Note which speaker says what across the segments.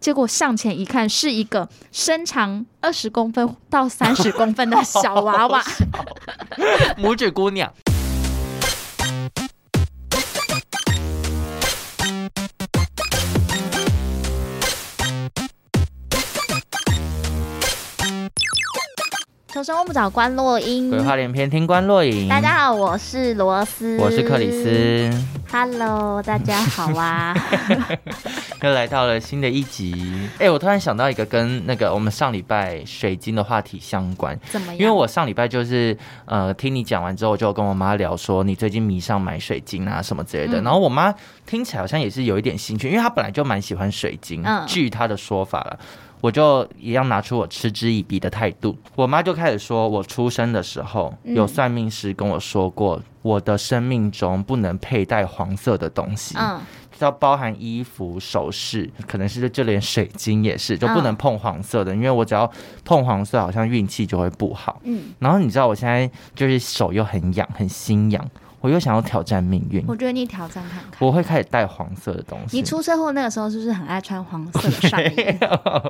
Speaker 1: 结果上前一看，是一个身长二十公分到三十公分的小娃 娃。
Speaker 2: 拇指姑娘。
Speaker 1: 求生问不找哦关洛 英。
Speaker 2: 鬼话连篇，听官落影。
Speaker 1: 大家好，我是罗斯，
Speaker 2: 我是克里。斯，
Speaker 1: Hello，大家好啊！
Speaker 2: 又来到了新的一集。哎、我突然想到一个跟那个我们上礼拜水晶的话题相关，
Speaker 1: 怎么样？
Speaker 2: 因为我上礼拜就是呃听你讲完之后，我就跟我妈聊说你最近迷上买水晶啊什么之类
Speaker 1: 嗯
Speaker 2: 的。然后我妈听起来好像也是有一点兴趣，因为她本来就蛮喜欢水晶。
Speaker 1: 嗯
Speaker 2: 据她的说法了。我就一样拿出我嗤之以鼻的态度，我妈就开始说，我出生的时候
Speaker 1: 嗯
Speaker 2: 有算命师跟我说过，我的生命中不能佩戴黄色的东西。
Speaker 1: 嗯，
Speaker 2: 要包含衣服、首饰，可能是就连水晶也是，就
Speaker 1: 嗯
Speaker 2: 不能碰黄色的，因为我只要碰黄色，好像运气就会不好。
Speaker 1: 嗯，
Speaker 2: 然后你知道我现在就是手又很痒，很心痒，我又想要挑战命运，
Speaker 1: 我觉得你挑战看看。
Speaker 2: 我会开始戴黄色的东西。
Speaker 1: 你出车祸那个时候是不是很爱穿黄色的上 衣？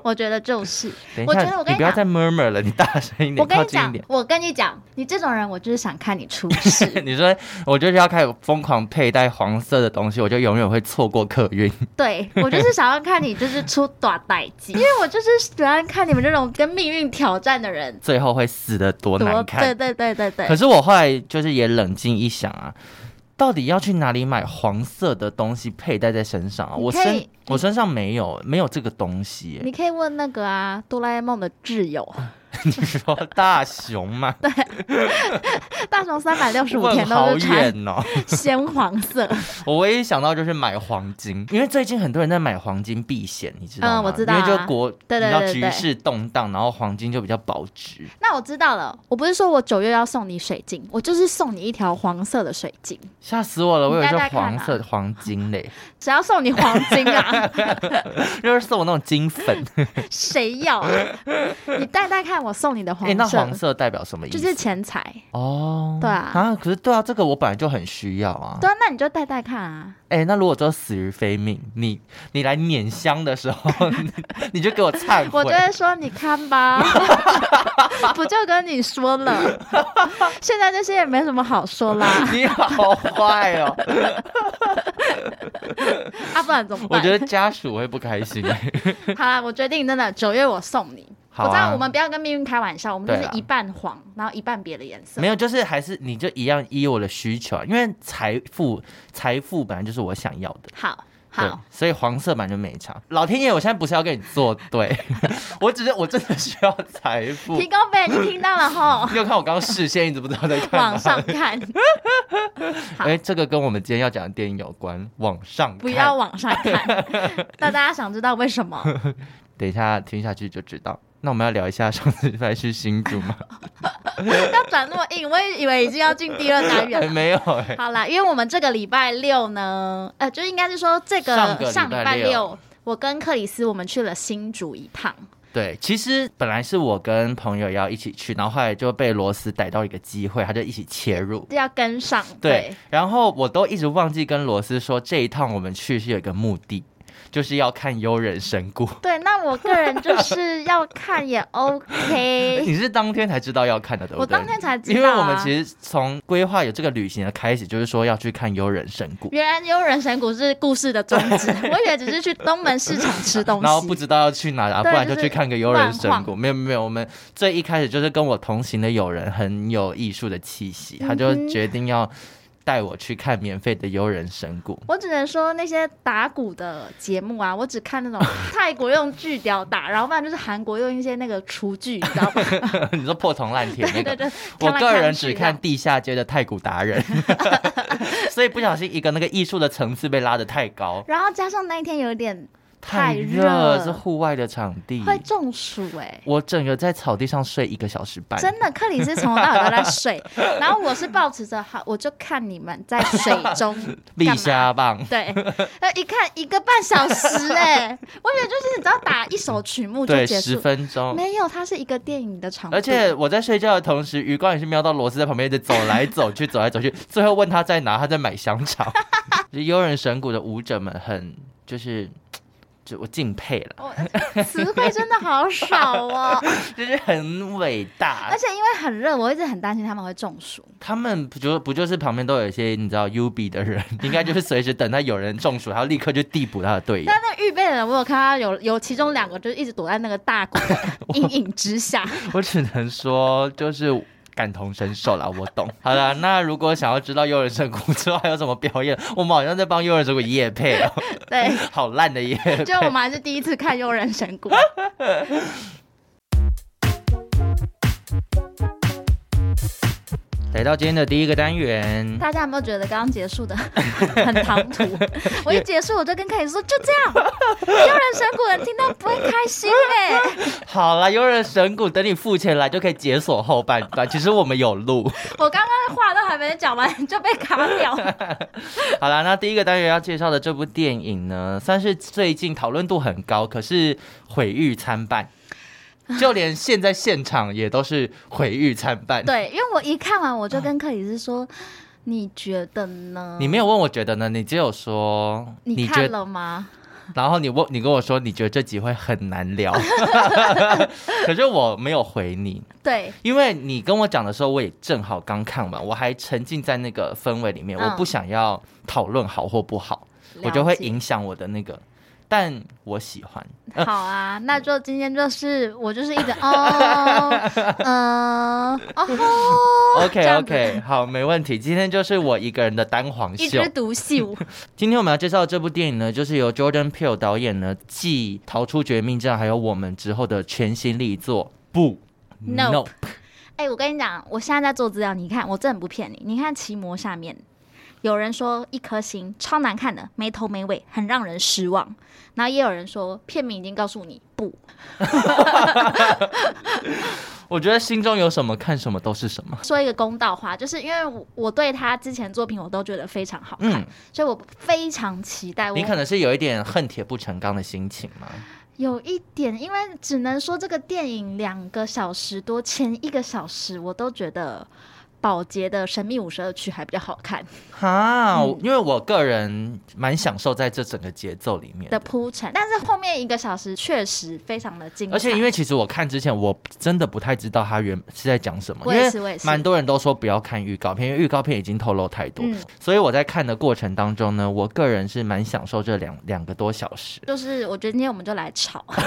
Speaker 1: 我觉得就是。
Speaker 2: 等一
Speaker 1: 我
Speaker 2: 下，
Speaker 1: 觉得我跟
Speaker 2: 你
Speaker 1: 你
Speaker 2: 不要
Speaker 1: 讲
Speaker 2: 再 murmur 了，你 大声一
Speaker 1: 我
Speaker 2: 点，
Speaker 1: 跟
Speaker 2: 靠
Speaker 1: 你
Speaker 2: 近一
Speaker 1: 讲
Speaker 2: 点，。
Speaker 1: 我跟你讲，你这种人，我就是想看你出事。
Speaker 2: 你说我就是要开始疯狂佩戴黄色的东西，我就永远会错过客运。
Speaker 1: 对我就是想要看你就是出大代际，因为我就是喜欢看你们这种跟命运挑战的人
Speaker 2: 最后会死的多
Speaker 1: 多。
Speaker 2: 难
Speaker 1: 对
Speaker 2: 看。
Speaker 1: 对对对对
Speaker 2: 可，是我后来就是也冷静一想啊，到底要去哪里买黄色的东西佩戴在身上啊？
Speaker 1: 你
Speaker 2: 我
Speaker 1: 可以
Speaker 2: 身
Speaker 1: 你
Speaker 2: 我身上没有没有这个东西耶、
Speaker 1: 你可以问那个啊，哆啦 A 梦的挚友，
Speaker 2: 你说大熊吗？
Speaker 1: 大雄三百六十五天
Speaker 2: 问好
Speaker 1: 都是穿
Speaker 2: 远哦！
Speaker 1: 鲜黄色。
Speaker 2: 我唯一想到就是买黄金，因为最近很多人在买黄金避险，你知道吗？
Speaker 1: 嗯我知道啊
Speaker 2: 因为就国
Speaker 1: 对对对
Speaker 2: 你知道
Speaker 1: 对
Speaker 2: 局势动荡，然后黄金就比较保值。
Speaker 1: 那我知道了，我不是说我九月要送你水晶，我就是送你一条黄色的水晶，
Speaker 2: 吓死我了！我有一
Speaker 1: 你
Speaker 2: 个
Speaker 1: 戴戴看啊
Speaker 2: 黄色黄金嘞，
Speaker 1: 谁要送你黄金啊？
Speaker 2: 就是送我那种 金粉。
Speaker 1: 谁要啊、你戴戴看，我送你的黄
Speaker 2: 哎，那
Speaker 1: 色，
Speaker 2: 黄色代表什么意思？
Speaker 1: 就是钱财。
Speaker 2: 哦，
Speaker 1: 对啊
Speaker 2: 啊，可是对啊，这个我本来就很需要啊。
Speaker 1: 对啊，那你就戴戴看啊。
Speaker 2: 哎、那如果说死于非命，你你来捻香的时候， 你你就给我忏悔。
Speaker 1: 我就会说你看吧，不就跟你说了，现在这些也没什么好说啦，
Speaker 2: 你好坏哦！
Speaker 1: 啊，不然怎么
Speaker 2: 我
Speaker 1: 办？
Speaker 2: 觉得家属会不开心。啊
Speaker 1: 好啦，我决定真的九月我送你。
Speaker 2: 好啊
Speaker 1: 我知道我们不要跟命运开玩笑，我们就
Speaker 2: 对啦啊嗯
Speaker 1: 是一半黄，然后一半别的颜色
Speaker 2: 没。有，就是还是你就一样依我的需求啊，因为财富财富本来就是我想要的。
Speaker 1: 好
Speaker 2: 对
Speaker 1: 好，，
Speaker 2: 所以黄色版就没差。老天爷，我现在不是要跟你作对， 我只是我真的需要财富，
Speaker 1: 提。供呗，你听到了吼
Speaker 2: 你有看我刚刚视线一直不知道在 看
Speaker 1: 往
Speaker 2: 吗
Speaker 1: 上看，好
Speaker 2: 哎、这个跟我们今天要讲的电影有关，往上看
Speaker 1: 不要往上 看。那大家想知道为什么？
Speaker 2: 等一下听下去就知道。那我们要聊一下上次来去新竹 吗？
Speaker 1: 要转那么硬，我也以为已经要进第二单元
Speaker 2: 哎
Speaker 1: 了。
Speaker 2: 没有哎、
Speaker 1: 好啦，因为我们这个礼拜六呢，呃，就应该是说这
Speaker 2: 上个礼
Speaker 1: 个
Speaker 2: 拜
Speaker 1: 上礼拜
Speaker 2: 六
Speaker 1: 六，我跟克里斯我们去了新竹一趟。
Speaker 2: 对，其实本来是我跟朋友要一起去，然后后来就被罗斯逮到一个机会，他就一起切入。
Speaker 1: 要跟上，
Speaker 2: 对，然后我都一直忘记跟罗斯说，这一趟我们去是有一个目的，就是要看幽人神谷。
Speaker 1: 对，那我个人就是要看也 OK。
Speaker 2: 你是当天才知道要看的，对不对？
Speaker 1: 我当天才知道、啊，
Speaker 2: 因为我们其实从规划有这个旅行的开始，就是说要去看幽人神谷，
Speaker 1: 原来幽人神谷是故事的宗 旨，我以为只是去东门市场吃东
Speaker 2: 然后不
Speaker 1: 西。
Speaker 2: 知道要去哪，啊，不
Speaker 1: 对
Speaker 2: 然就
Speaker 1: 就是
Speaker 2: 去看个游人神
Speaker 1: 乱
Speaker 2: 谷。没有没有，我们最一开始就是跟我同行的友人很有艺术的气息，他
Speaker 1: 嗯
Speaker 2: 就
Speaker 1: 哼
Speaker 2: 决定要带我去看免费的游人神谷。
Speaker 1: 我只能说那些打鼓的节目啊，我只看那种泰国用锯雕打，然后不然就是韩国用一些那个厨具，你知 道吧？
Speaker 2: 你说破铜烂铁那
Speaker 1: 对对
Speaker 2: 个。
Speaker 1: 对，
Speaker 2: 我
Speaker 1: 看啊来
Speaker 2: 个人
Speaker 1: 去
Speaker 2: 只
Speaker 1: 的
Speaker 2: 看地下街的太古达 人，所以不小心一个那个艺术的层次被拉得太高，
Speaker 1: 然后加上那一天有点太
Speaker 2: 太热
Speaker 1: 热
Speaker 2: 是户外的场地，
Speaker 1: 会中暑哎、
Speaker 2: 我整个在草地上睡一个小时半，
Speaker 1: 真的，克里斯从头到尾都在睡，然后我是抱持着好，我就看你们在水中
Speaker 2: 立
Speaker 1: 干嘛，
Speaker 2: 虾棒，
Speaker 1: 对， 呃，一看一个半小时哎、我以为就是你只要打一首曲目就
Speaker 2: 对，
Speaker 1: 结
Speaker 2: 十
Speaker 1: 束，
Speaker 2: 分钟，
Speaker 1: 没有，它是一个电影的长度，
Speaker 2: 而且我在睡觉的同时，余光也是瞄到罗斯在旁边一直走来走去，走来走去，最后问他 在哪，他在买香肠。就是悠人神谷的舞者们很就是就我敬佩了，
Speaker 1: 我 词汇真的好少 哦，
Speaker 2: 就是很伟大
Speaker 1: 而。且因为很热，我一直很担心他们会中暑。
Speaker 2: 他们不就不就是旁边都有一些你知道 U B 的人，应该就是随时等到有人中暑，他立刻就递补他的队友
Speaker 1: 但。那预备的人，我有看到有有其中两个就是一直躲在那个大鼓 的阴影之下，
Speaker 2: 我只能说，就是感同身受啦，我懂。好了，那如果想要知道幼儿神谷之后还有什么表演，我们好像在帮幼儿神谷夜配哦，
Speaker 1: 对，
Speaker 2: 好烂的夜。
Speaker 1: 就我们还是第一次看幽人神谷。
Speaker 2: 来到今天的第一个单元，
Speaker 1: 大家有没有觉得刚刚结束的 很唐 突？我一结束我就跟凯宇说就这样，幽人神谷人听到不会开心哎、
Speaker 2: 好了，幼儿神谷，等你付钱来就可以解锁后半段。其实我们有录。
Speaker 1: 我刚刚话都还没讲完就被卡掉 了。
Speaker 2: 好啦，那第一个单元要介绍的这部电影呢，算是最近讨论度很高，可是毁誉 参半，就连现在现场也都是毁誉参半。
Speaker 1: 对，啊因为我一看完我就跟克里斯 说，你觉得呢？
Speaker 2: 你没有问我觉得呢，你只有说
Speaker 1: 你
Speaker 2: 觉
Speaker 1: 看了吗？
Speaker 2: 然后你问你跟我说你觉得这集会很 难聊，可是我没有回你，
Speaker 1: 对，
Speaker 2: 因为你跟我讲的时候，我也正好刚看完，我还沉浸在那个氛围里面，
Speaker 1: 嗯
Speaker 2: 我不想要讨论好或不好，我就会影响我的那个，但我喜欢。
Speaker 1: 了解。 好啊，那就今天就是我就是一直 哦，嗯、哦吼这
Speaker 2: OK
Speaker 1: 样子
Speaker 2: OK，好，没问题。今天就是我一个人的单簧
Speaker 1: 一
Speaker 2: 秀
Speaker 1: 枝。独秀，
Speaker 2: 今天我们要介绍的这部电影呢，就是由 Jordan Peele 导演呢，继《逃出绝命镇》还有我们之后的全新力作《不
Speaker 1: Nope 哎、我跟你讲，我现在在做资料，你看，我真的不骗你，你看奇摩下面。有人说一颗星超难看的，没头没尾，很让人失望。然后也有人说片名已经告诉你不，
Speaker 2: 我觉得心中有什么看什么都是什么。
Speaker 1: 说一个公道话，就是因为我我对他之前作品我都觉得非常好看，
Speaker 2: 嗯，
Speaker 1: 所以我非常期待。我
Speaker 2: 你可能是有一点恨铁不成钢的心情嘛。
Speaker 1: 有一点，因为只能说这个电影两个小时多，前一个小时我都觉得宝洁的《神秘五十二区》还比较好看
Speaker 2: 哈，因为我个人蛮享受在这整个节奏里面
Speaker 1: 的。铺陈，但是后面一个小时确实非常的精彩。
Speaker 2: 而且因为其实我看之前，我真的不太知道他原是在讲什么，
Speaker 1: 我
Speaker 2: 因
Speaker 1: 也
Speaker 2: 为
Speaker 1: 是，我哎也是，
Speaker 2: 蛮多人都说不要看预告片，因为预告片已经透露太多。
Speaker 1: 嗯
Speaker 2: 所以我在看的过程当中呢，我个人是蛮享受这两两个多小时。
Speaker 1: 就是我觉得今天我们就来吵，哎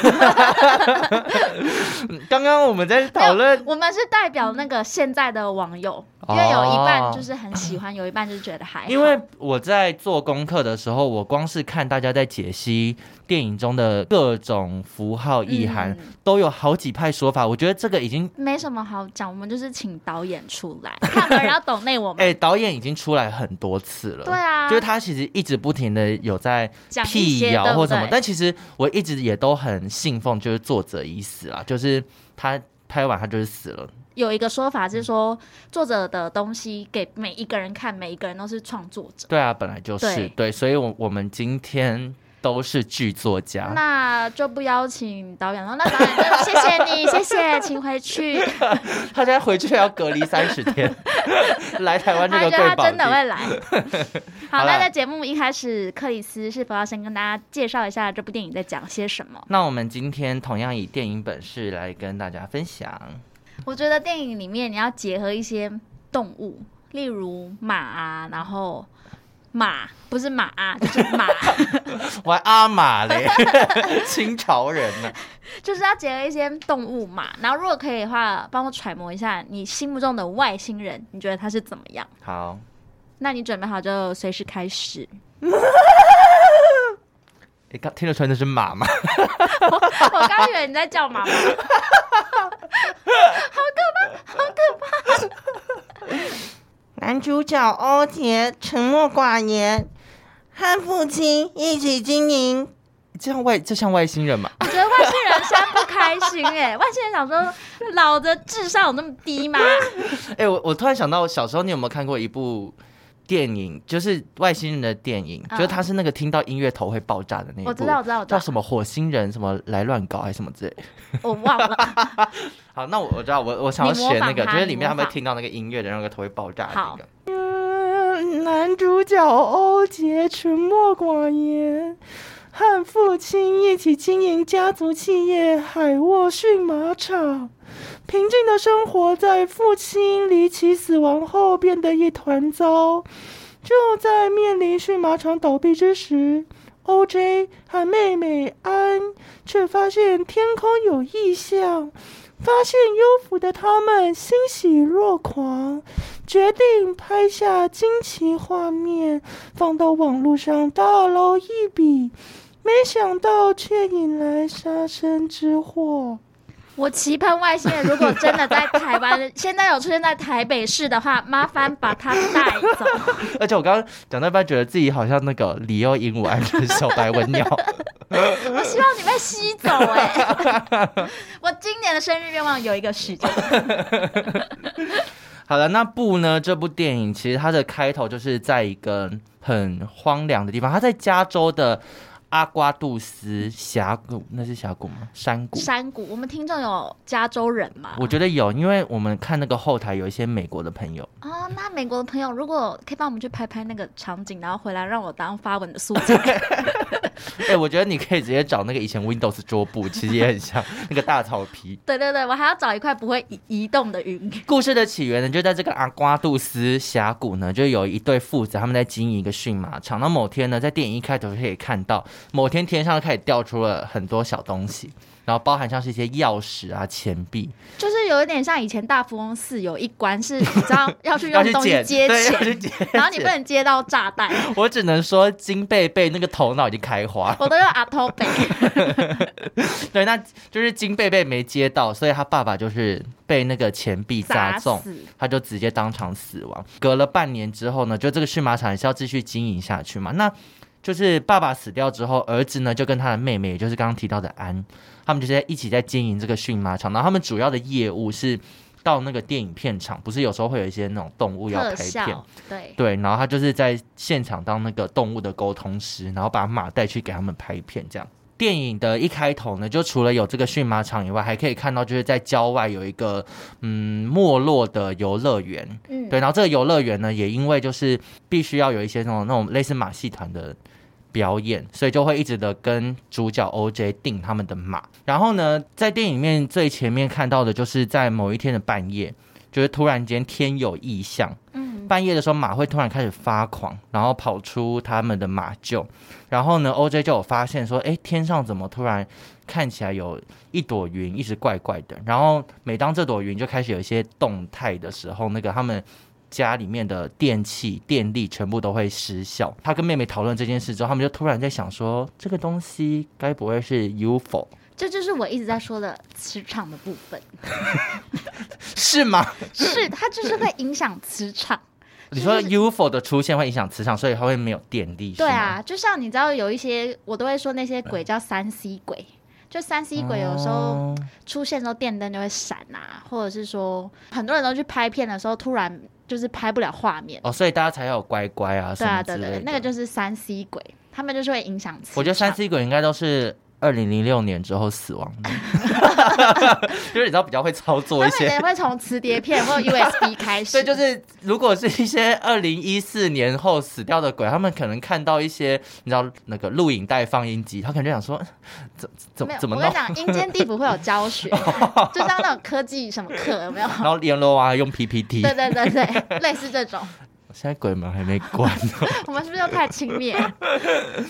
Speaker 2: 刚刚我们在讨论， 哦
Speaker 1: 我们是代表那个现在的网友，因为有一半就是很喜欢，有一半就是觉得还好嗯
Speaker 2: 因为我在做功课的时候，我光是看大家在解析电影中的各种符号意涵，
Speaker 1: 嗯
Speaker 2: 都有好几派说法。我觉得这个已经，
Speaker 1: 没什么好讲，我们就是请导演出来， 看完然后懂内我
Speaker 2: 哎、
Speaker 1: 们。
Speaker 2: 导演已经出来很多次了。
Speaker 1: 对啊，
Speaker 2: 就是他其实一直不停的有在
Speaker 1: 讲一
Speaker 2: 辟
Speaker 1: 些对
Speaker 2: 谣
Speaker 1: 不
Speaker 2: 或什么，
Speaker 1: 对
Speaker 2: 但其实我一直也都很信奉就是作者已死啦，就是他拍完他就是死了，
Speaker 1: 有一个说法是说，作者的东西给每一个人看，每一个人都是创作者。
Speaker 2: 对啊，本来就是
Speaker 1: 对
Speaker 2: 对所以我我们今天都是剧作家。
Speaker 1: 那就不邀请导演了。那导演真的谢谢 你，谢谢，请回去。
Speaker 2: 他现在回去要隔离三十 天，来台湾这
Speaker 1: 他
Speaker 2: 个
Speaker 1: 觉得
Speaker 2: 贵
Speaker 1: 他
Speaker 2: 宝
Speaker 1: 真的
Speaker 2: 地。
Speaker 1: 会来。好，
Speaker 2: 好啦
Speaker 1: 那在节目一开始，克里斯是否要先跟大家介绍一下这部电影在讲些什么？
Speaker 2: 那我们今天同样以电影本事来跟大家分享。
Speaker 1: 我觉得电影里面你要结合一些动物，例如马啊，然后马不是马啊，就是马，
Speaker 2: 我还阿玛嘞， 清朝人啊呢、
Speaker 1: 就是要结合一些动物嘛。然后如果可以的话，帮我揣摩一下你心目中的外星人，你觉得他是怎么样？
Speaker 2: 好，
Speaker 1: 那你准备好就随时开始。
Speaker 2: 你刚听得出来那是马吗？
Speaker 1: 我刚以为你在叫妈妈，
Speaker 3: 男主角欧杰沉默寡言，和父亲一起经营
Speaker 2: 这像外这像外星人吗？
Speaker 1: 我觉得外星人现在不开心哎、外星人想说老的智商有那么低吗？
Speaker 2: 哎、我我突然想到，小时候你有没有看过一部电影，就是外星人的电影，
Speaker 1: 嗯
Speaker 2: 就是他是那个听到音乐头会爆炸的那一部，
Speaker 1: 我知道，我知道，我知
Speaker 2: 叫
Speaker 1: 道，
Speaker 2: 什么火星人什么来乱搞还是什么之类的。
Speaker 1: 我忘了。
Speaker 2: 好，那我我知道，我我想要
Speaker 1: 你模仿
Speaker 2: 学那个，
Speaker 1: 他
Speaker 2: 就是里面他
Speaker 1: 你模
Speaker 2: 们
Speaker 1: 仿
Speaker 2: 听到那个音乐的那个头会爆炸的那个。
Speaker 3: 男主角欧杰沉默寡言，和父亲一起经营家族企业海沃逊马场。平静的生活在父亲离奇死亡后变得一团糟。就在面临驯马场倒闭之时，OJ 和妹妹安却发现天空有异象。发现幽浮的他们欣喜若狂，决定拍下惊奇画面，放到网络上大捞一笔。没想到却引来杀身之祸。
Speaker 1: 我期盼外星人如果真的在台湾，现在有出现在台北市的话，麻烦把它带 走。
Speaker 2: 而且我刚刚讲到一半，觉得自己好像那个里奥鹦鹉安跟小白文鸟。
Speaker 1: 我希望你被吸走哎、 我今年的生日愿望有一个许久，
Speaker 2: 好了，那布呢？这部电影其实它的开头就是在一个很荒凉的地方，它在加州的阿瓜杜斯峡谷，那是峡谷吗？山谷。
Speaker 1: 山谷。我们听众有加州人吗？
Speaker 2: 我觉得有，因为我们看那个后台有一些美国的朋友，
Speaker 1: 哦，那美国的朋友如果可以帮我们去拍拍那个场景，然后回来让我当发文的素材，
Speaker 2: 哎、我觉得你可以直接找那个以前 Windows 桌布，其实也很像那个大草皮。
Speaker 1: 对对对，我还要找一块不会移移动的云。
Speaker 2: 故事的起源呢，就在这个阿瓜杜斯峡谷呢，就有一对父子，他们在经营一个驯马场。那某天呢，在电影一开头就可以看到，某天天上开始掉出了很多小东西，然后包含像是一些钥匙啊、钱币，
Speaker 1: 就是有一点像以前大富翁四有一关是，你知道 要去
Speaker 2: 要
Speaker 1: 用
Speaker 2: 去
Speaker 1: 东西
Speaker 2: 捡，
Speaker 1: 接
Speaker 2: 对，要
Speaker 1: 钱，
Speaker 2: 去捡。
Speaker 1: 然后你不能接到炸弹，
Speaker 2: 我只能说金贝贝那个头脑已经开花，
Speaker 1: 我都用阿托北。
Speaker 2: 对，那就是金贝贝没接到，所以他爸爸就是被那个钱币砸
Speaker 1: 砸
Speaker 2: 中
Speaker 1: 死，
Speaker 2: 他就直接当场死亡。隔了半年之后呢，就这个驯马场也是要继续经营下去嘛。那就是爸爸死掉之后，儿子呢就跟他的妹妹，也就是刚刚提到的安，他们就是在一起在经营这个驯马场。然后他们主要的业务是到那个电影片场，不是有时候会有一些那种动物要
Speaker 1: 特
Speaker 2: 拍片，
Speaker 1: 效，对，
Speaker 2: 对，然后他就是在现场当那个动物的沟通师，然后把马带去给他们拍片这样。电影的一开头呢，就除了有这个驯马场以外，还可以看到就是在郊外有一个嗯没落的游乐园，
Speaker 1: 嗯，
Speaker 2: 对，然后这个游乐园呢，也因为就是必须要有一些那种那种类似马戏团的表演，所以就会一直的跟主角 OJ 定他们的马。然后呢，在电影里面最前面看到的就是在某一天的半夜，就是突然间天有异象，
Speaker 1: 嗯，
Speaker 2: 半夜的时候，马会突然开始发狂，然后跑出他们的马厩。然后呢，OJ 就有发现说，诶，天上怎么突然看起来有一朵云，一直怪怪的。然后每当这朵云就开始有一些动态的时候，那个他们。家里面的电器、电力全部都会失效。他跟妹妹讨论这件事之后，他们就突然在想说，这个东西该不会是 UFO
Speaker 1: 这就是我一直在说的磁场的部分，
Speaker 2: 是吗？
Speaker 1: 是它就是会影响磁 场。
Speaker 2: 你说
Speaker 1: 就是
Speaker 2: UFO 的出现会影响磁场，所以它会没有电力。
Speaker 1: 对
Speaker 2: 是吗，嗯
Speaker 1: 啊，就像你知道有一些，我都会说那些鬼叫三 C 鬼，就三 C 鬼有时候
Speaker 2: 哦
Speaker 1: 出现的时候电灯就会闪啊，或者是说很多人都去拍片的时候突然就是拍不了画面，
Speaker 2: 哦，所以大家才要有乖乖啊什
Speaker 1: 对
Speaker 2: 么
Speaker 1: 啊
Speaker 2: 之
Speaker 1: 对
Speaker 2: 类
Speaker 1: 对
Speaker 2: 的。
Speaker 1: 对，那个就是三 C 鬼，他们就是会影响磁场。
Speaker 2: 我觉得三 C 鬼应该都是二零零六年之后死亡 的，就是你知道比较会操
Speaker 1: 他
Speaker 2: 作一
Speaker 1: 们可
Speaker 2: 些。
Speaker 1: 能会从磁碟片或 USB 开始，
Speaker 2: 对，就是如果是一些二零一四年后死掉的鬼，他们可能看到一些你知道那个录影带、放映机，他可能就想说，怎怎
Speaker 1: 没有。
Speaker 2: 怎么
Speaker 1: 我跟
Speaker 2: 弄
Speaker 1: 你？讲，哦阴间地府会有教 学，就像那种科技什么课有没有？
Speaker 2: 然后阎罗王还用 PPT，
Speaker 1: 对对对对，类似这种。
Speaker 2: 现在鬼门还没关呢。
Speaker 1: 我们是不是又太轻 蔑？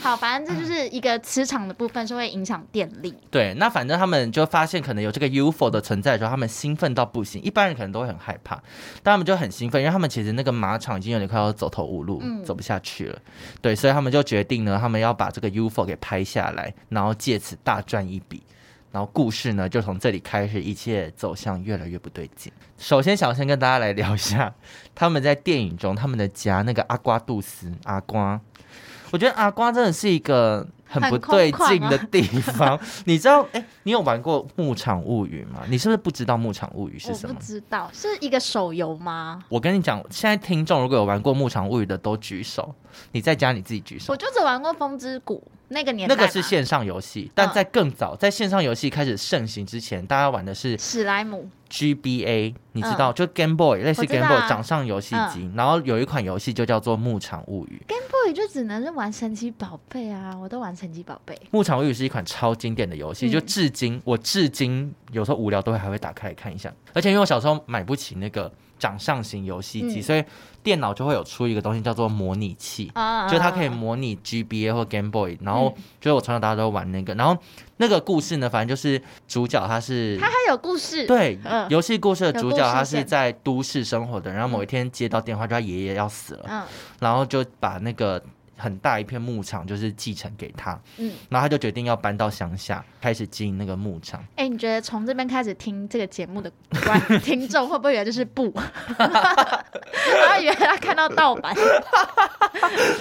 Speaker 1: 好，反正这就是一个磁场的部分是会影响电力。
Speaker 2: 对，那反正他们就发现可能有这个 UFO 的存在的时候，他们兴奋到不行。一般人可能都会很害怕，但他们就很兴奋，因为他们其实那个马场已经有点快要走投无路，
Speaker 1: 嗯
Speaker 2: 走不下去了。对，所以他们就决定呢，他们要把这个 UFO 给拍下来，然后借此大赚一笔。然后故事呢，就从这里开始，一切走向越来越不对劲。首先，想要先跟大家来聊一下他们在电影中他们的家那个阿瓜杜斯阿瓜，我觉得阿瓜真的是一个很
Speaker 1: 很
Speaker 2: 不
Speaker 1: 空
Speaker 2: 对
Speaker 1: 旷
Speaker 2: 劲
Speaker 1: 啊
Speaker 2: 的地方。你知道，哎，你有玩过《牧场物语》吗？你是不是不知道《牧场物语》是
Speaker 1: 我
Speaker 2: 什
Speaker 1: 不
Speaker 2: 么？
Speaker 1: 知道是一个手游吗？
Speaker 2: 我跟你讲，现在听众如果有玩过《牧场物语》的，都举手。你在家你自己举手
Speaker 1: 我。就只玩过《风之谷》那个年代
Speaker 2: 那
Speaker 1: 嘛，嗯
Speaker 2: 个是线上游戏，但在更早，在线上游戏开始盛行之前，大家玩的是
Speaker 1: 史莱姆，
Speaker 2: GBA，你知道，就 Game Boy 类
Speaker 1: 嗯
Speaker 2: 似
Speaker 1: 我知道
Speaker 2: Game Boy
Speaker 1: 啊
Speaker 2: 掌上游戏机，然后有一款游戏就叫做《牧场物语》，
Speaker 1: Game Boy 理就只能是玩神奇宝贝啊，我都玩神奇宝贝。
Speaker 2: 牧场物语是一款超经典的游戏，
Speaker 1: 嗯
Speaker 2: 就至今我至今有时候无聊都会还会打开来看一下。而且因为我小时候买不起那个掌上型游戏机，
Speaker 1: 嗯
Speaker 2: 所以电脑就会有出一个东西叫做模拟器。
Speaker 1: 啊嗯
Speaker 2: 就它可以模拟 GBA 或 Game Boy，然后就是我从小到大都玩那个，然后那个故事呢，反正就是主角他是
Speaker 1: 它还有故事，
Speaker 2: 对，
Speaker 1: 嗯
Speaker 2: 游戏故事的主角
Speaker 1: 有故事
Speaker 2: 他是
Speaker 1: 线
Speaker 2: 在都市生活的，然后某一天接到电话，就他爷爷要死了，
Speaker 1: 嗯
Speaker 2: 然后就把那个很大一片牧场就是继承给他，
Speaker 1: 嗯。
Speaker 2: 然后他就决定要搬到乡下，开始经营那个牧场。
Speaker 1: 哎、你觉得从这边开始听这个节目的 观听众会不会以为这是布？然后以为他看到盗版，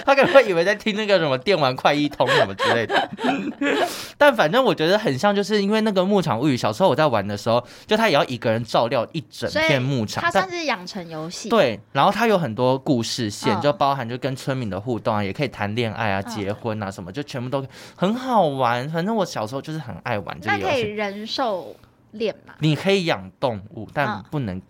Speaker 2: 他可能会以为在听那个什么电玩快一通什么之类的， 但反正我觉得很像，就是因为那个牧场物语，小时候我在玩的时候，就他也要一个人照料一整
Speaker 1: 所以
Speaker 2: 片牧场
Speaker 1: 它，
Speaker 2: 但
Speaker 1: 算是养成游戏。，
Speaker 2: 对，然后它有很多故事线，
Speaker 1: 嗯
Speaker 2: 就包含就跟村民的互动啊，也可以谈恋爱啊、
Speaker 1: 嗯
Speaker 2: 结婚啊什么，就全部都很好玩。反正我小时候就是很爱玩这
Speaker 1: 那
Speaker 2: 个游
Speaker 1: 可以
Speaker 2: 戏。
Speaker 1: 人兽恋嘛？
Speaker 2: 你可以养动物，但
Speaker 1: 嗯
Speaker 2: 不能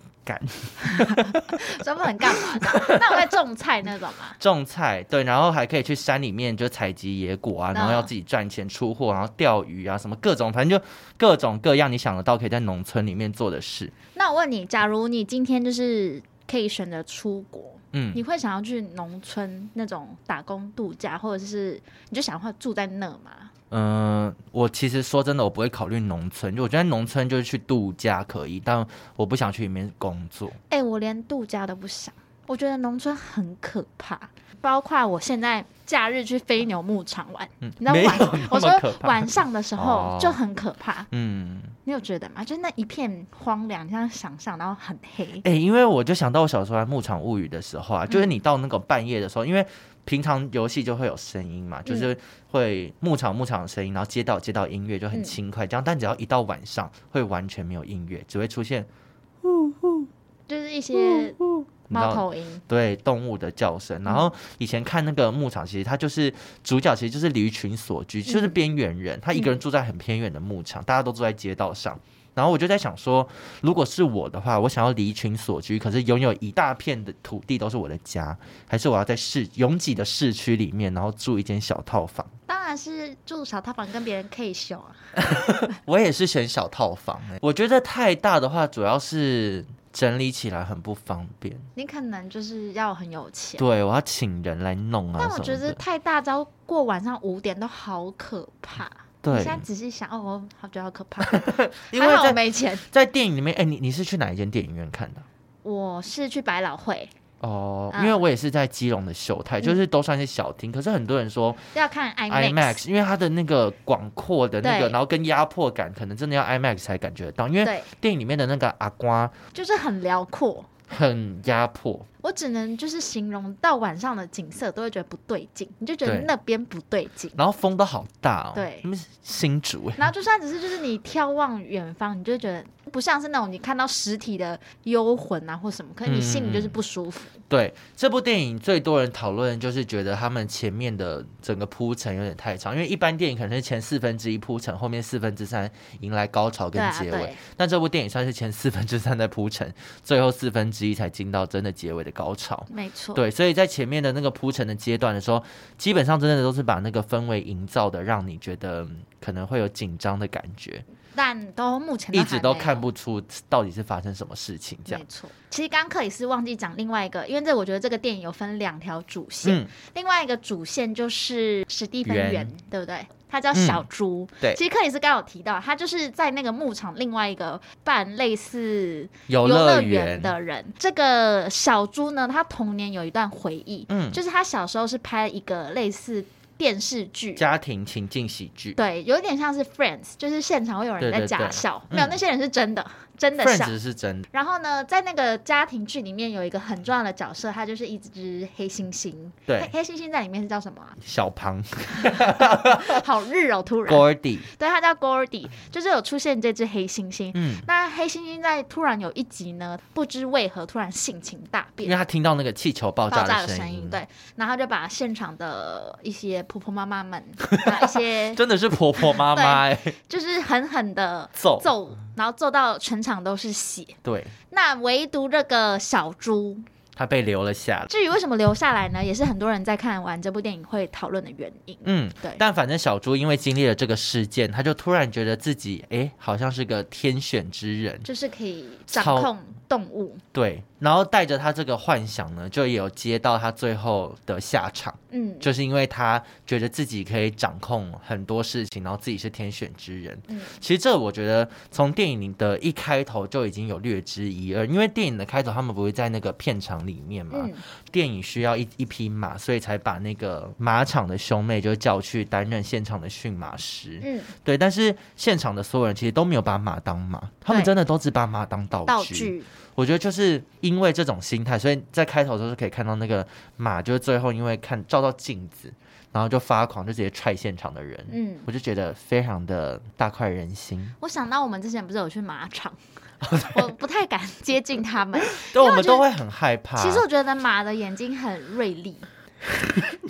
Speaker 1: 专门干嘛的？那我会种菜那种嘛？
Speaker 2: 种菜。对，然后还可以去山里面就采集野果
Speaker 1: 嗯
Speaker 2: 啊，然后要自己赚钱出货，然后钓鱼啊，什么各种，反正就各种各样你想得到可以在农村里面做的事。
Speaker 1: 那我问你，假如你今天就是可以选择出国，
Speaker 2: 嗯，
Speaker 1: 你会想要去农村那种打工度假，或者是你就想要住在那嘛？
Speaker 2: 嗯、我其实说真的，我不会考虑农村，就我觉得农村就是去度假可以，但我不想去里面工作。
Speaker 1: 哎、我连度假都不想，我觉得农村很可怕。包括我现在假日去飞牛牧场玩，
Speaker 2: 嗯
Speaker 1: 你知道
Speaker 2: 没有
Speaker 1: 晚
Speaker 2: 那么
Speaker 1: 我说
Speaker 2: 可怕
Speaker 1: 晚上的时候
Speaker 2: 哦
Speaker 1: 就很可怕，
Speaker 2: 嗯，
Speaker 1: 你有觉得吗？就是那一片荒凉，你这样想象，然后很黑，
Speaker 2: 哎、因为我就想到我小时候玩《牧场物语》的时候啊，就是你到那个半夜的时候，因为平常游戏就会有声音嘛，就是会牧场牧场的声音，然后街道街道音乐就很轻快这样，但只要一到晚上，会完全没有音乐，只会出现
Speaker 3: 呜呜
Speaker 1: 就是一些
Speaker 3: 呜呜，
Speaker 2: 你知道
Speaker 1: 猫头鹰，
Speaker 2: 对动物的叫声。然后以前看那个牧场，其实它就是主角，其实就是离群所
Speaker 1: 嗯
Speaker 2: 居，就是边缘人，他一个人住在很偏远的牧场，大家都住在街道上。然后我就在想说，如果是我的话，我想要离群所居，可是拥有一大片的土地都是我的家，还是我要在市拥挤的市区里面，然后住一间小套房？
Speaker 1: 当然是住小套房跟别人 K 秀啊。
Speaker 2: 我也是选小套房、欸，我觉得太大的话，主要是整理起来很不方便。
Speaker 1: 你可能就是要很有钱。
Speaker 2: 对，我要请人来弄啊什
Speaker 1: 但
Speaker 2: 么的。
Speaker 1: 我觉得太大招过晚上五点都好可怕。
Speaker 2: 对
Speaker 1: 你现在仔细想，哦，我好觉得好可怕。
Speaker 2: 因
Speaker 1: 还
Speaker 2: 为
Speaker 1: 好我
Speaker 2: 在
Speaker 1: 没钱。
Speaker 2: 在电影里面，哎、你你是去哪一间电影院看的？
Speaker 1: 我是去百老汇，
Speaker 2: 哦，
Speaker 1: 嗯
Speaker 2: 因为我也是在基隆的秀泰，就是都算是小厅，可是很多人说
Speaker 1: 要看嗯 IMAX。
Speaker 2: IMAX，因为它的那个广阔的那个，
Speaker 1: 对
Speaker 2: 然后跟压迫感，可能真的要 IMAX 才感觉得到，因为
Speaker 1: 对，
Speaker 2: 电影里面的那个阿瓜
Speaker 1: 就是很辽阔。
Speaker 2: 很压迫，
Speaker 1: 我只能就是形容到晚上的景色，都会觉得不对劲，你就觉得
Speaker 2: 对
Speaker 1: 那边不对劲。
Speaker 2: 然后风都好大哦，
Speaker 1: 对
Speaker 2: 那么新竹哎、
Speaker 1: 然后就算只是就是你眺望远方，你就觉得不像是那种你看到实体的幽魂啊或什么，可是你心里就是不舒服。
Speaker 2: 对，这部电影最多人讨论就是觉得他们前面的整个铺陈有点太长，因为一般电影可能是前四分之一铺陈，后面四分之三迎来高潮
Speaker 1: 对
Speaker 2: 跟
Speaker 1: 啊，
Speaker 2: 结尾
Speaker 1: 对。，
Speaker 2: 但这部电影算是前四分之三在铺陈，最后四分之一才进到真的结尾的高潮。
Speaker 1: 没错。
Speaker 2: 对，所以在前面的那个铺陈的阶段的时候，基本上真的都是把那个氛围营造的，让你觉得嗯可能会有紧张的感觉，
Speaker 1: 但都目前
Speaker 2: 一直都
Speaker 1: 还没有
Speaker 2: 看不出到底是发生什么事情这样
Speaker 1: 没。错，其实刚刚克里斯忘记讲另外一个，因为这我觉得这个电影有分两条主线，
Speaker 2: 嗯，
Speaker 1: 另外一个主线就是史蒂芬
Speaker 2: 圆
Speaker 1: 园，对不对？他叫小猪。
Speaker 2: 嗯对
Speaker 1: 其实克里斯刚刚有提到，他就是在那个牧场另外一个办类似
Speaker 2: 游
Speaker 1: 乐
Speaker 2: 乐
Speaker 1: 园
Speaker 2: 园
Speaker 1: 的人。这个小猪呢，他童年有一段回忆，
Speaker 2: 嗯
Speaker 1: 就是他小时候是拍一个类似电视剧。
Speaker 2: 家庭情境喜剧
Speaker 1: 对，有点像是 Friends，就是现场会有人
Speaker 2: 对
Speaker 1: 在
Speaker 2: 对
Speaker 1: 假
Speaker 2: 对
Speaker 1: 笑，没有
Speaker 2: 嗯
Speaker 1: 那些人是真的，真的笑。
Speaker 2: ，Friends 是真的，
Speaker 1: 然后呢，在那个家庭剧里面有一个很重要的角色，他就是一只黑猩猩。
Speaker 2: 对
Speaker 1: 黑黑猩猩在里面是叫什么啊、
Speaker 2: 小庞
Speaker 1: 好日哦，突然。
Speaker 2: Gordy，
Speaker 1: 对，它叫 Gordy，就是有出现这只黑猩猩。
Speaker 2: 嗯，
Speaker 1: 那黑猩猩在突然有一集呢，不知为何突然性情大
Speaker 2: 因
Speaker 1: 变
Speaker 2: 为。他听到那个气球爆
Speaker 1: 爆
Speaker 2: 炸
Speaker 1: 炸的
Speaker 2: 的
Speaker 1: 声
Speaker 2: 声
Speaker 1: 音，
Speaker 2: 音，，
Speaker 1: 对，然后就把现场的一些婆婆妈妈们，把一些
Speaker 2: 真的是婆婆 妈妈、欸、
Speaker 1: 就是狠狠的
Speaker 2: 揍
Speaker 1: 揍，然后揍到全场都是血。
Speaker 2: 对。
Speaker 1: 那唯独这个小猪，
Speaker 2: 他被留了下来。
Speaker 1: 至于为什么留下来呢，也是很多人在看完这部电影会讨论的原因。
Speaker 2: 嗯，
Speaker 1: 对
Speaker 2: 但反正小猪因为经历了这个事件，他就突然觉得自己哎，好像是个天选之人。
Speaker 1: 就是可以掌
Speaker 2: 操
Speaker 1: 控动物，
Speaker 2: 对，然后带着他这个幻想呢，就有接到他最后的下场，
Speaker 1: 嗯，
Speaker 2: 就是因为他觉得自己可以掌控很多事情，然后自己是天选之人。
Speaker 1: 嗯
Speaker 2: 其实这我觉得从电影的一开头就已经有略知一二，因为电影的开头他们不是在那个片场里面嘛，
Speaker 1: 嗯
Speaker 2: 电影需要一一匹马，所以才把那个马场的兄妹就叫去担任现场的驯马师。
Speaker 1: 嗯，
Speaker 2: 对，但是现场的所有人其实都没有把马当马，他们
Speaker 1: 对
Speaker 2: 真的都只把马当道具。
Speaker 1: 道具，
Speaker 2: 我觉得就是因为这种心态，所以在开头的时候就可以看到那个马，就是最后因为看照到镜子，然后就发狂，就直接踹现场的人。
Speaker 1: 嗯，
Speaker 2: 我就觉得非常的大快人心，
Speaker 1: 我想到我们之前不是有去马 场，我不太敢接近他们。
Speaker 2: 对，我
Speaker 1: 我
Speaker 2: 们
Speaker 1: 觉
Speaker 2: 都
Speaker 1: 得
Speaker 2: 会很害怕。
Speaker 1: 其实我觉得马的眼睛很锐利，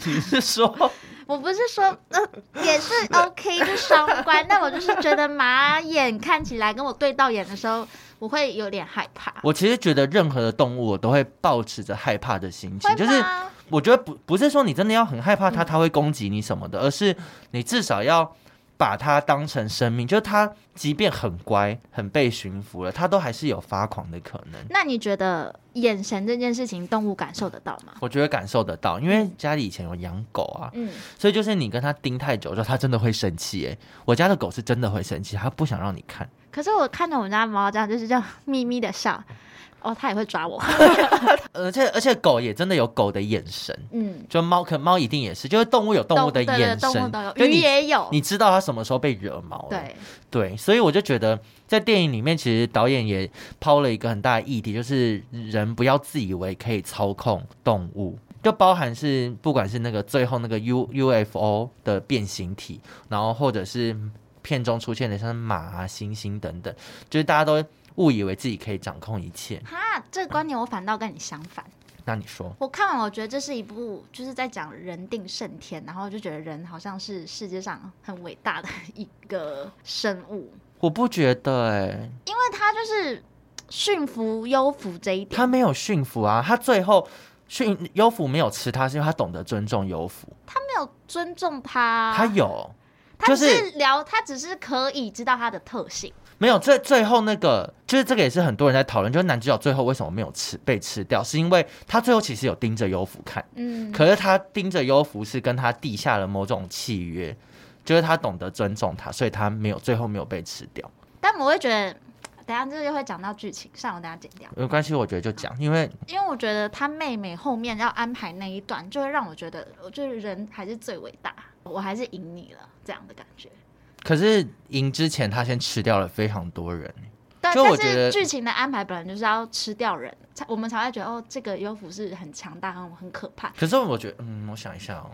Speaker 2: 你是 说，
Speaker 1: 我不是说呃也 是 OK 就双关，但我就是觉得马眼看起来跟我对到眼的时候，我会有点害怕。
Speaker 2: 我其实觉得任何的动物我都会抱持着害怕的心情，
Speaker 1: 会
Speaker 2: 就是
Speaker 1: 吗？
Speaker 2: 我觉得不不是说你真的要很害
Speaker 1: 嗯
Speaker 2: 怕它，它会攻击你什么的，而是你至少要把它当成生命，就是它即便很乖、很被驯服了，它都还是有发狂的可能。
Speaker 1: 那你觉得眼神这件事情，动物感受得到吗？
Speaker 2: 我觉得感受得到，因为家里以前有养狗啊，
Speaker 1: 嗯，
Speaker 2: 所以就是你跟它盯太久之后，它真的会生气。哎，我家的狗是真的会生气，它不想让你看，
Speaker 1: 可是我看着我们家猫这样，就是这样咪咪的笑，哦，它也会抓我。
Speaker 2: 而且而且狗也真的有狗的眼神，
Speaker 1: 嗯，
Speaker 2: 就猫可猫一定也是，就是动物有动物的
Speaker 1: 对对对
Speaker 2: 眼
Speaker 1: 动物
Speaker 2: 神
Speaker 1: 都有，，
Speaker 2: 就
Speaker 1: 鱼
Speaker 2: 你
Speaker 1: 也有。
Speaker 2: 你知道它什么时候被惹毛了，
Speaker 1: 对，
Speaker 2: 对，所以我就觉得在电影里面，其实导演也抛了一个很大的议题，就是人不要自以为可以操控动物，就包含是不管是那个最后那个 U UFO 的变形体，然后或者是片中出现的像是马啊、猩猩等等，就是大家都误以为自己可以掌控一切。
Speaker 1: 哈，这个观点我反倒跟你相反。
Speaker 2: 那你说，
Speaker 1: 我看完，我觉得这是一部就是在讲人定胜天，然后我就觉得人好像是世界上很伟大的一个生物，
Speaker 2: 我不觉得、欸，
Speaker 1: 因为他就是驯服优服这一点，
Speaker 2: 他没有驯服啊，他最后驯优服没有吃他，是因为他懂得尊重优服，
Speaker 1: 他没有尊重他，
Speaker 2: 他有。
Speaker 1: 他
Speaker 2: 就
Speaker 1: 只
Speaker 2: 是
Speaker 1: 是聊，他只是可以知道他的特性，
Speaker 2: 没有，最最后那个就是这个也是很多人在讨论，就是男主角最后为什么没有吃被吃掉，是因为他最后其实有盯着优福看，
Speaker 1: 嗯，
Speaker 2: 可是他盯着优福是跟他缔下了某种契约，就是他懂得尊重他，所以他没有最后没有被吃掉。
Speaker 1: 但我会觉得。等一下这就会讲到剧情，算我等一下剪掉，
Speaker 2: 没关系，我觉得就讲，因为
Speaker 1: 因为我觉得他妹妹后面要安排那一段，就会让我觉得，我觉得人还是最伟大，我还是赢你了这样的感觉。
Speaker 2: 可是赢之前他先吃掉了非常多人，
Speaker 1: 对，
Speaker 2: 就我
Speaker 1: 但
Speaker 2: 觉得
Speaker 1: 是剧情的安排本来就是要吃掉人，才我们才会觉得哦，这个优芙是很强大、很很可怕。
Speaker 2: 可是我觉得，嗯，我想一下哦，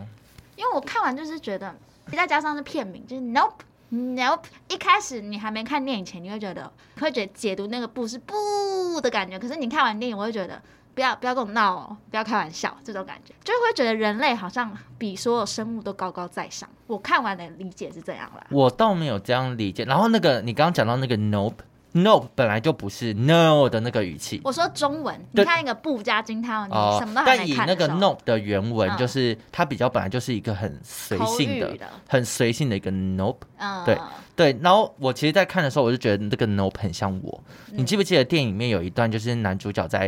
Speaker 1: 因为我看完就是觉得，再加上是片名，就是 nope nope。一开始你还没看电影前，你会觉得会觉得解读那个不是不的感觉，可是你看完电影，我会觉得。不要不要跟我闹哦！不要开玩笑，这种感觉就会觉得人类好像比所有生物都高高在上。我看完的理解是这样啦。
Speaker 2: 我倒没有这样理解。然后那个你刚刚讲到那个 nope nope 本来就不是 no 的那个语气，
Speaker 1: 我说中文，你
Speaker 2: 对
Speaker 1: 看一个不加惊叹号，你
Speaker 2: 哦
Speaker 1: 什么都，还
Speaker 2: 但
Speaker 1: 没
Speaker 2: 以
Speaker 1: 看
Speaker 2: 那
Speaker 1: 的
Speaker 2: 个
Speaker 1: 时候
Speaker 2: note 的原文，
Speaker 1: 嗯
Speaker 2: 就是、它比较本来就是一个很随
Speaker 1: 口
Speaker 2: 性
Speaker 1: 语
Speaker 2: 的、
Speaker 1: 的
Speaker 2: 很随性的一个 nope。
Speaker 1: 嗯，
Speaker 2: 对对，然后我其实，在看的时候，我就觉得这个 nope 很像我。你记不记得电影里面有一段，就是男主角在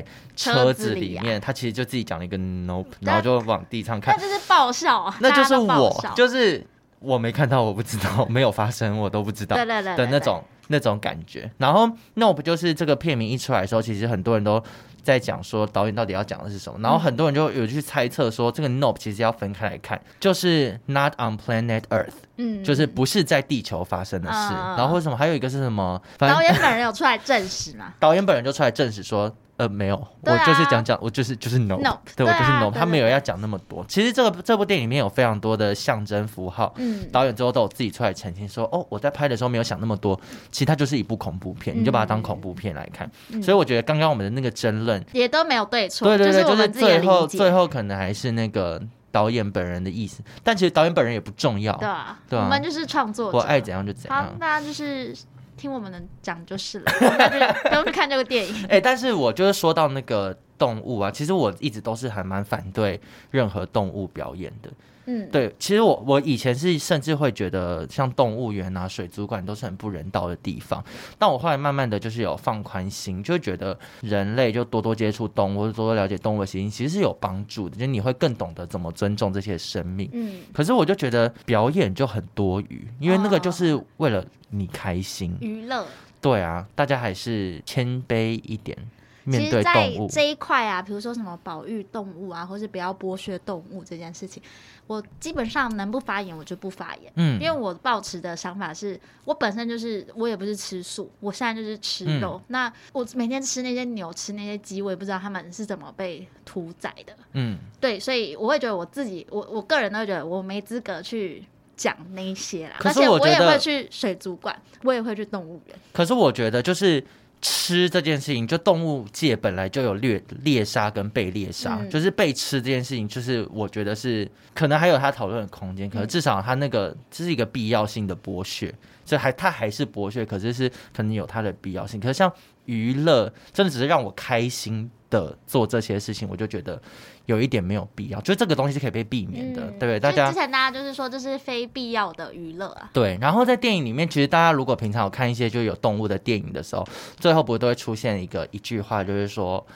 Speaker 1: 嗯
Speaker 2: 车
Speaker 1: 车
Speaker 2: 子
Speaker 1: 子里
Speaker 2: 里
Speaker 1: 啊
Speaker 2: 面，他其实就自己讲了一个 nope，
Speaker 1: 那
Speaker 2: 然后就往地上看
Speaker 1: 那，就是爆笑啊，
Speaker 2: 那
Speaker 1: 大
Speaker 2: 就
Speaker 1: 家
Speaker 2: 是
Speaker 1: 都爆
Speaker 2: 我
Speaker 1: 笑，
Speaker 2: 就是我没看到，我不知道，没有发生，我都不知道。
Speaker 1: 对对对
Speaker 2: 的
Speaker 1: 对
Speaker 2: 那
Speaker 1: 对
Speaker 2: 种那种感觉。然后 Nope 就是这个片名一出来的时候，其实很多人都在讲说导演到底要讲的是什么，
Speaker 1: 嗯
Speaker 2: 然后很多人就有去猜测说这个 Nope 其实要分开来看，就是 Not on Planet Earth，、
Speaker 1: 嗯，
Speaker 2: 就是不是在地球发生的事。
Speaker 1: 嗯嗯嗯
Speaker 2: 然后为什么还有一个是什么？反
Speaker 1: 导
Speaker 2: 正
Speaker 1: 演本人有出来证实 嘛
Speaker 2: 导演本人就出来证实说。呃，没有，
Speaker 1: 对
Speaker 2: 我就是
Speaker 1: 啊
Speaker 2: 讲讲，我就是就是 no，
Speaker 1: Nope，
Speaker 2: 对我
Speaker 1: 对
Speaker 2: 就是
Speaker 1: 啊
Speaker 2: no，、
Speaker 1: 对
Speaker 2: 他没
Speaker 1: 对
Speaker 2: 有
Speaker 1: 对
Speaker 2: 要讲那么多。其实这个这部电影里面有非常多的象征符号，
Speaker 1: 嗯，
Speaker 2: 导演最后都有自己出来澄清说，哦，我在拍的时候没有想那么多，其实它就是一部恐怖
Speaker 1: 嗯
Speaker 2: 片，你就把它当恐怖片来看。所以我觉得刚刚我们的那个争论，
Speaker 1: 也都没有对嗯错，
Speaker 2: 对对对，
Speaker 1: 是我
Speaker 2: 就是
Speaker 1: 们自己的
Speaker 2: 最后
Speaker 1: 理解，
Speaker 2: 最后可能还是那个导演本人的意思，但其实导演本人也不重要
Speaker 1: 对，啊，
Speaker 2: 对啊
Speaker 1: 我们就是创作者，
Speaker 2: 我爱怎样就怎
Speaker 1: 好，
Speaker 2: 样。
Speaker 1: 大家就是 听我们的讲就是了，那就不用去看这个电影，
Speaker 2: 哎、但是我就是说到那个动物啊，其实我一直都是还蛮反对任何动物表演的。
Speaker 1: 嗯，
Speaker 2: 对，其实我我以前是甚至会觉得像动物园啊、水族馆都是很不人道的地方，但我后来慢慢的就是有放宽心，就会觉得人类就多多接触动物，多多了解动物的习性，其实是有帮助的，就是你会更懂得怎么尊重这些生命。
Speaker 1: 嗯，
Speaker 2: 可是我就觉得表演就很多余，因为那个
Speaker 1: 哦
Speaker 2: 就是为了你开心。
Speaker 1: 娱乐。
Speaker 2: 对啊，大家还是谦卑一点
Speaker 1: 其
Speaker 2: 面
Speaker 1: 实，
Speaker 2: 对
Speaker 1: 在
Speaker 2: 动物。
Speaker 1: 这一块啊，比如说什么保育动物啊，或是不要剥削动物这件事情，我基本上能不发言我就不发言。
Speaker 2: 嗯
Speaker 1: 因为我抱持的想法是，我本身就是我也不是吃素，我现在就是吃
Speaker 2: 嗯
Speaker 1: 肉。那我每天吃那些牛、吃那些鸡，我也不知道他们是怎么被屠宰的。
Speaker 2: 嗯，
Speaker 1: 对，所以我会觉得我自己，我我个人都会觉得我没资格去讲那一些啦。
Speaker 2: 可
Speaker 1: 而
Speaker 2: 是
Speaker 1: 且
Speaker 2: 我
Speaker 1: 我
Speaker 2: 觉
Speaker 1: 也
Speaker 2: 得
Speaker 1: 会去水族馆，我也会去动物园。
Speaker 2: 可是我觉得就是吃这件事情，就动物界本来就有猎猎杀跟被猎杀，
Speaker 1: 嗯
Speaker 2: 就是被吃这件事情，就是我觉得是可能还有他讨论的空间，可是至少他那个这是一个必要性的剥削，所以还他还是剥削，可是是可能有它的必要性。可是像娱乐，真的只是让我开心。的做这些事情，我就觉得有一点没有必要，就这个东西是可以被避免的，对不对？大
Speaker 1: 就
Speaker 2: 家
Speaker 1: 之前大家就是说这是非必要的娱乐啊。
Speaker 2: 对，然后在电影里面，其实大家如果平常有看一些就有动物的电影的时候，最后不都会出现一个一句话，就是说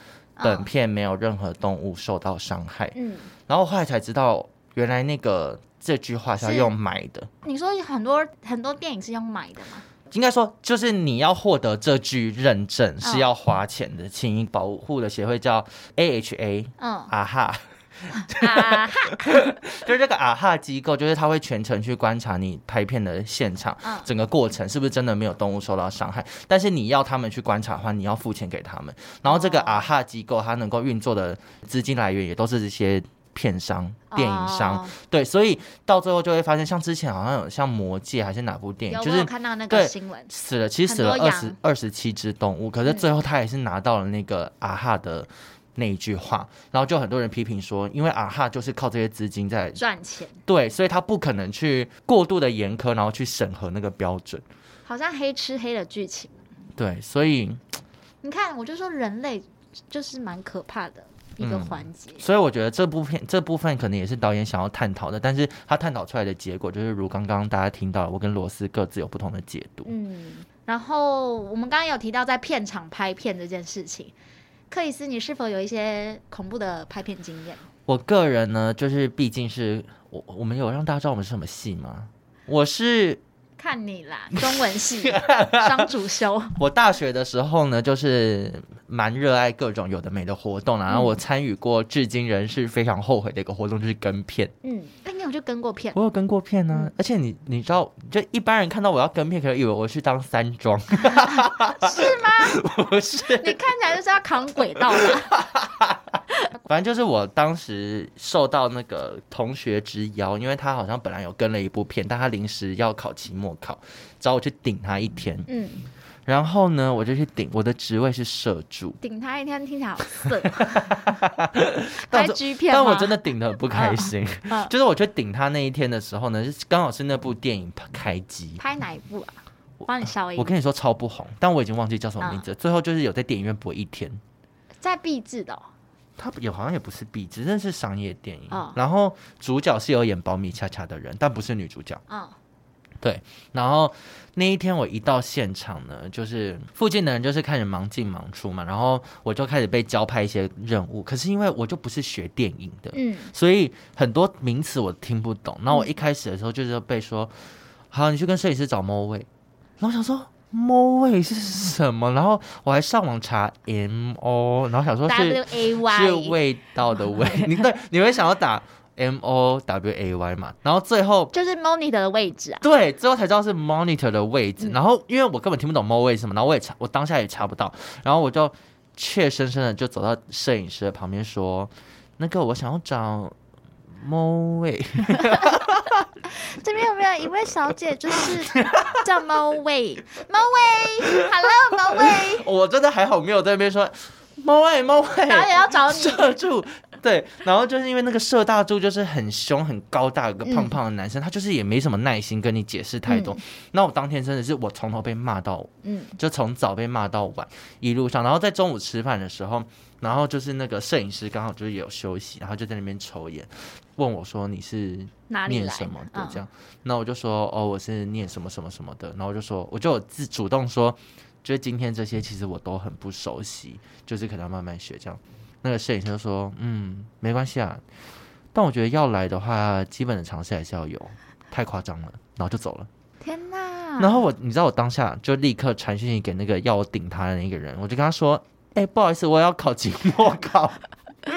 Speaker 2: 本片没有任何动物受到伤害。
Speaker 1: 嗯，
Speaker 2: 然后后来才知道，原来那个这句话是要
Speaker 1: 是
Speaker 2: 用买的，
Speaker 1: 你说很多很多电影是用买的嘛？
Speaker 2: 应该说就是你要获得这句认证
Speaker 1: 嗯
Speaker 2: 是要花钱的，请请保护的协会叫 AHA。
Speaker 1: 嗯
Speaker 2: 啊哈，
Speaker 1: 啊哈，
Speaker 2: 就是这个啊哈机构，就是他会全程去观察你拍片的现场，
Speaker 1: 嗯
Speaker 2: 整个过程是不是真的没有动物受到伤害？但是你要他们去观察的话，你要付钱给他们。然后这个
Speaker 1: 哦
Speaker 2: 啊哈机构，它能够运作的资金来源也都是这些片商、电影商，
Speaker 1: 哦
Speaker 2: 对，所以到最后就会发现，像之前好像有像《魔戒》还是哪部电
Speaker 1: 有我
Speaker 2: 影，就
Speaker 1: 有
Speaker 2: 是
Speaker 1: 看到那个
Speaker 2: 对
Speaker 1: 新闻，
Speaker 2: 死了，其实
Speaker 1: 很
Speaker 2: 死了
Speaker 1: 多
Speaker 2: 二
Speaker 1: 羊嗯
Speaker 2: 十二十七只动物，可是最后他也是拿到了那个啊哈的。那一句话，然后就很多人批评说，因为啊哈就是靠这些资金在
Speaker 1: 赚钱，
Speaker 2: 对，所以他不可能去过度的严苛，然后去审核那个标准。
Speaker 1: 好像黑吃黑的剧情。
Speaker 2: 对，所以
Speaker 1: 你看，我就说人类就是蛮可怕的一个
Speaker 2: 嗯
Speaker 1: 环节。
Speaker 2: 所以我觉得这部片这部分可能也是导演想要探讨的，但是他探讨出来的结果就是如刚刚大家听到的，我跟罗斯各自有不同的解读。
Speaker 1: 嗯，然后我们刚刚有提到在片场拍片这件事情，克里斯，你是否有一些恐怖的拍片经验？
Speaker 2: 我个人呢，就是毕竟是我我们有让大家知道我们是什么戏吗？我是
Speaker 1: 看你啦，中文系双主修，
Speaker 2: 我大学的时候呢，就是蛮热爱各种有的没的活动啦，然后我参与过至今仍是非常后悔的一个活动，就是跟片。
Speaker 1: 嗯，哎，你有去跟过片？嗯
Speaker 2: 我有跟过片呢、而且你你知道，就一般人看到我要跟片，可能以为我去当山 庄，是吗？ 不是，
Speaker 1: 你看起来就是要扛轨道吧？
Speaker 2: 反正就是我当时受到那个同学之邀，因为他好像本来有跟了一部片，但他临时要考期末考，找我去顶他一天。
Speaker 1: 嗯，
Speaker 2: 然后呢，我就去顶，我的职位是社助，
Speaker 1: 顶他一天听起来好色，
Speaker 2: 但
Speaker 1: 拍
Speaker 2: 我
Speaker 1: G 片吗
Speaker 2: 但我真的顶的很不开心。
Speaker 1: 嗯
Speaker 2: 就是我去顶他那一天的时候呢，是刚好是那部电影开机，
Speaker 1: 拍哪一部啊？我帮你消音
Speaker 2: 我。跟你说超不红，但我已经忘记叫什么名
Speaker 1: 嗯
Speaker 2: 字了。最后就是有在电影院播一天，
Speaker 1: 在壁制的、哦，
Speaker 2: 它也好像也不是 B，只是是商业电影。
Speaker 1: 嗯
Speaker 2: 然后主角是有演保米恰恰的人，但不是女主角。
Speaker 1: 嗯，
Speaker 2: 然后那一天我一到现场呢，就是附近的人就是开始忙进忙出嘛，然后我就开始被交派一些任务。可是因为我就不是学电影的，
Speaker 1: 嗯，
Speaker 2: 所以很多名词我听不懂。那我一开始的时候就是被说，好，你去跟摄影师找猫位。然后我想说。猫位是什么？然后我还上网查 M O，然后想说是
Speaker 1: W A
Speaker 2: 是
Speaker 1: Y，
Speaker 2: 味道的味。你对，你会想要打 M O W A Y 嘛？然后最后
Speaker 1: 就是 monitor 的位置啊。
Speaker 2: 对，最后才知道是 monitor 的位置。然后因为我根本听不懂 mo 位什么，然后我也查，我当下也查不到，然后我就怯生生的就走到摄影师的旁边说：“那个我想要找 mo 位。
Speaker 1: 这边有没有一位小姐，就是 叫猫喂，猫喂，Hello，猫喂，”
Speaker 2: 我真的还好没有在那边说 mo 位 mo
Speaker 1: 导
Speaker 2: 位
Speaker 1: 演要找你，
Speaker 2: 社助对，然后就是因为那个社大猪就是很凶、很高大，有个胖胖的男生，他就是也没什么耐心跟你解释太多。那我当天真的是我从头被骂到，
Speaker 1: 嗯，
Speaker 2: 就从早被骂到晚，一路上，然后在中午吃饭的时候，然后就是那个摄影师刚好就是有休息，然后就在那边抽烟，问我说你是
Speaker 1: 哪里
Speaker 2: 念
Speaker 1: 来
Speaker 2: 什么的
Speaker 1: 嗯
Speaker 2: 这样，那我就说哦我是念什么什么什么的，然后我就说我就有自主动说，就是今天这些其实我都很不熟悉，就是可能要慢慢学这样。那个摄影师就说嗯没关系啊，但我觉得要来的话，基本的常识还是要有，太夸张了，然后就走了。
Speaker 1: 嗯天哪！
Speaker 2: 然后我，你知道我当下就立刻传讯息给那个要我顶他的那个人，我就跟他说：“哎、不好意思，我要考期末考，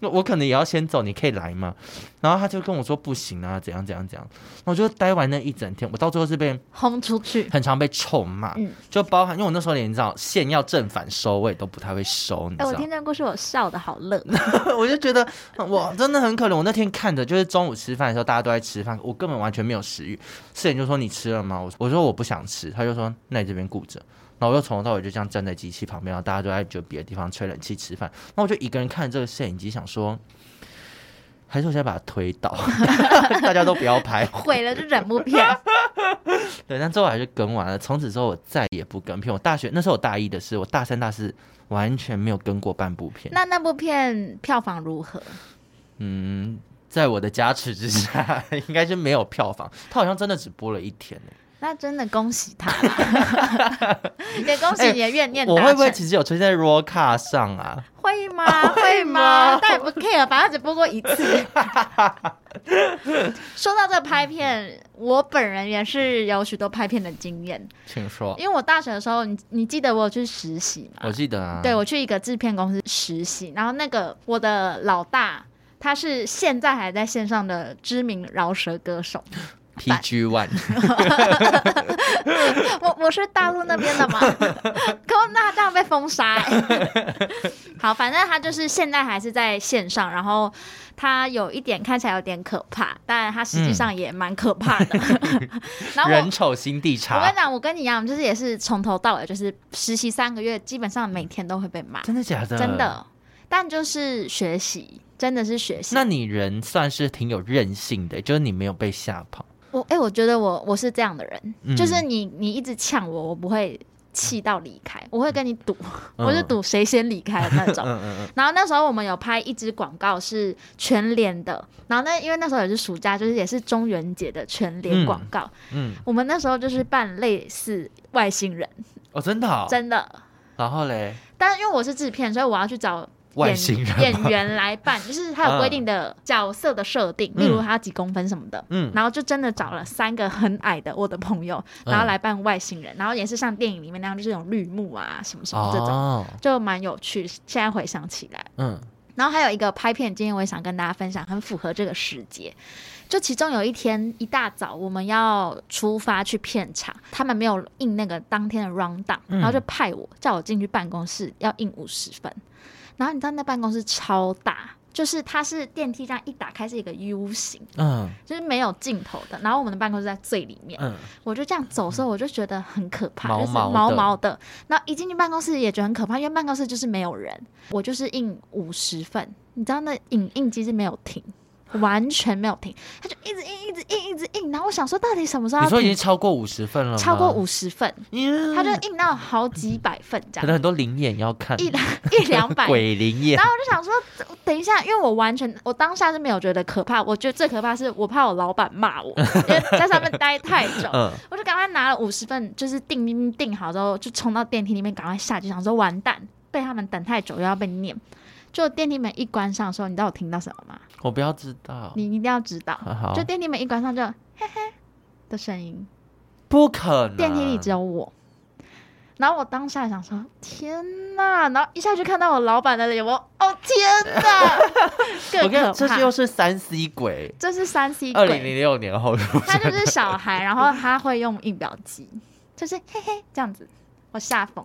Speaker 2: 那我可能也要先走，你可以来吗？”然后他就跟我说：“不行啊，怎样怎样怎样。”然后我就待完那一整天，我到最后是被
Speaker 1: 轰出去，
Speaker 2: 很常被臭骂，
Speaker 1: 嗯
Speaker 2: 就包含因为我那时候连你知道线要正反收，我也都不太会收，嗯你知
Speaker 1: 哎、我
Speaker 2: 道吗
Speaker 1: 听？这个故事，我笑的好乐。
Speaker 2: 我就觉得嗯我真的很可怜。我那天看着就是中午吃饭的时候，大家都在吃饭，我根本完全没有食欲。摄影就说你吃了吗？我我说我不想吃，他就说那你这边顾着。然后我就从头到尾就这样站在机器旁边，然后大家都在就别的地方吹冷气吃饭。那我就一个人看这个摄影机，想说。还是我现在把它推倒，大家都不要拍。
Speaker 1: 毁了这整部片，
Speaker 2: 对，但最后还是跟完了。从此之后，我再也不跟片。我大学那时候我大一的事，我大三、大四完全没有跟过半部片。
Speaker 1: 那那部片票房如何？
Speaker 2: 嗯，在我的加持之下，应该是没有票房。他好像真的只播了一天呢、
Speaker 1: 那真的恭喜 他啦，也恭喜你的怨念达
Speaker 2: 我
Speaker 1: 成。
Speaker 2: 会不会其实有出现在 Raw Car 上啊？
Speaker 1: 会吗？会吗？但也不 care，反正只播过一 次。说到这个拍片，我本人也是有许多拍片的经验，
Speaker 2: 请说。
Speaker 1: 因为我大学的时候，你你记得我有去实习吗？
Speaker 2: 我记得啊，
Speaker 1: 对，我去一个制片公司实习，然后那个我的老大。他是现在还在线上的知名饶舌歌手，
Speaker 2: ，PG One，
Speaker 1: 我我是大陆那边 的嘛，可我那这样被封杀、欸。 好，反正他就是现在还是在线上，然后他有一点看起来有点可怕，但他实际上也蛮可怕 的。然后我
Speaker 2: 嗯人丑心地
Speaker 1: 我跟
Speaker 2: 差
Speaker 1: 你，讲，我跟你一样，就是也是从头到尾，就是实习三个月，基本上每天都会被骂，
Speaker 2: 真的假的？
Speaker 1: 真。的。但就是学习，真的是学习。
Speaker 2: 那你人算是挺有韧性的，就是你没有被吓跑。
Speaker 1: 我哎、我觉得我我是这样的人，
Speaker 2: 嗯
Speaker 1: 就是你你一直呛我，我不会气到离开，我会跟你赌，
Speaker 2: 嗯
Speaker 1: 我是赌谁先离开的那 种。
Speaker 2: 嗯嗯嗯，
Speaker 1: 然后那时候我们有拍一支广告是全联的，然后那因为那时候也是暑假，就是也是中元节的全联广告，
Speaker 2: 嗯，
Speaker 1: 我们那时候就是扮类似外星人，
Speaker 2: 哦，真的、哦。
Speaker 1: 真的。
Speaker 2: 然后嘞，
Speaker 1: 但因为我是制片，所以我要去找
Speaker 2: 外星人吗
Speaker 1: 演员来 扮，就是他有规定的角色的设定，
Speaker 2: 嗯
Speaker 1: 例如他几公分什么的。
Speaker 2: 嗯，
Speaker 1: 然后就真的找了三个很矮的我的朋友，然后
Speaker 2: 嗯
Speaker 1: 来扮外星人，然后也是像电影里面那样，就是有绿幕啊什么什么这种，
Speaker 2: 哦，
Speaker 1: 就蛮有趣。现在回想起来，
Speaker 2: 嗯，
Speaker 1: 然后还有一个拍片经验，我也想跟大家分享，很符合这个时节。就其中有一天一大早，我们要出发去片场，他们没有印那个当天的 round down，、然后就派我叫我进去办公室要印五十分。然后你知道那办公室超大，就是它是电梯这样一打开是一个 U 型，
Speaker 2: 嗯，
Speaker 1: 就是没有尽头的。然后我们的办公室在最里面，
Speaker 2: 嗯，
Speaker 1: 我就这样走的时候，我就觉得很可怕，
Speaker 2: 毛
Speaker 1: 就是
Speaker 2: 毛的
Speaker 1: 毛毛的。然后一进去办公室也觉得很可怕，因为办公室就是没有人，我就是印五十份，你知道那影印机是没有停。完全没有停，他就一直印，一直印，一直印。然后我想说，到底什么时候
Speaker 2: 你
Speaker 1: 要
Speaker 2: 说已嗯经
Speaker 1: 停？
Speaker 2: 超过五十份了吗？
Speaker 1: 超过五，十份，他
Speaker 2: 他
Speaker 1: 就印到好几百份这
Speaker 2: 可能
Speaker 1: 样，
Speaker 2: 很多灵眼要看，
Speaker 1: 一两一两百
Speaker 2: 鬼灵眼
Speaker 1: 然后我就想说，这等一下，因为我完全，我当下是没有觉得可怕，我觉得最可怕是我怕我老板骂我，因为在上面待太久，
Speaker 2: 嗯
Speaker 1: 我就赶快拿了五十份，就是定定定好之后，就冲到电梯里面，赶快下去，想说完蛋，被他们等太久又要被念。就电梯门一关上的时候，你知道我听到什么吗？
Speaker 2: 我不要知道，
Speaker 1: 你一定要知道
Speaker 2: 啊，好
Speaker 1: 就电梯门一关上就嘿嘿的声音，
Speaker 2: 不可能，
Speaker 1: 电梯里只有我。然后我当下想说，天呐！然后一下去看到我老板的脸，我哦天 呐，
Speaker 2: 我
Speaker 1: 更
Speaker 2: 跟你
Speaker 1: 可
Speaker 2: 讲，这
Speaker 1: 怕。
Speaker 2: 是又是三 C 鬼，
Speaker 1: 这是三 C
Speaker 2: 二零
Speaker 1: 鬼，
Speaker 2: 零六年后出
Speaker 1: 他就
Speaker 2: 生，
Speaker 1: 是小孩，然后他会用印表机，就是嘿嘿这样子，我吓疯。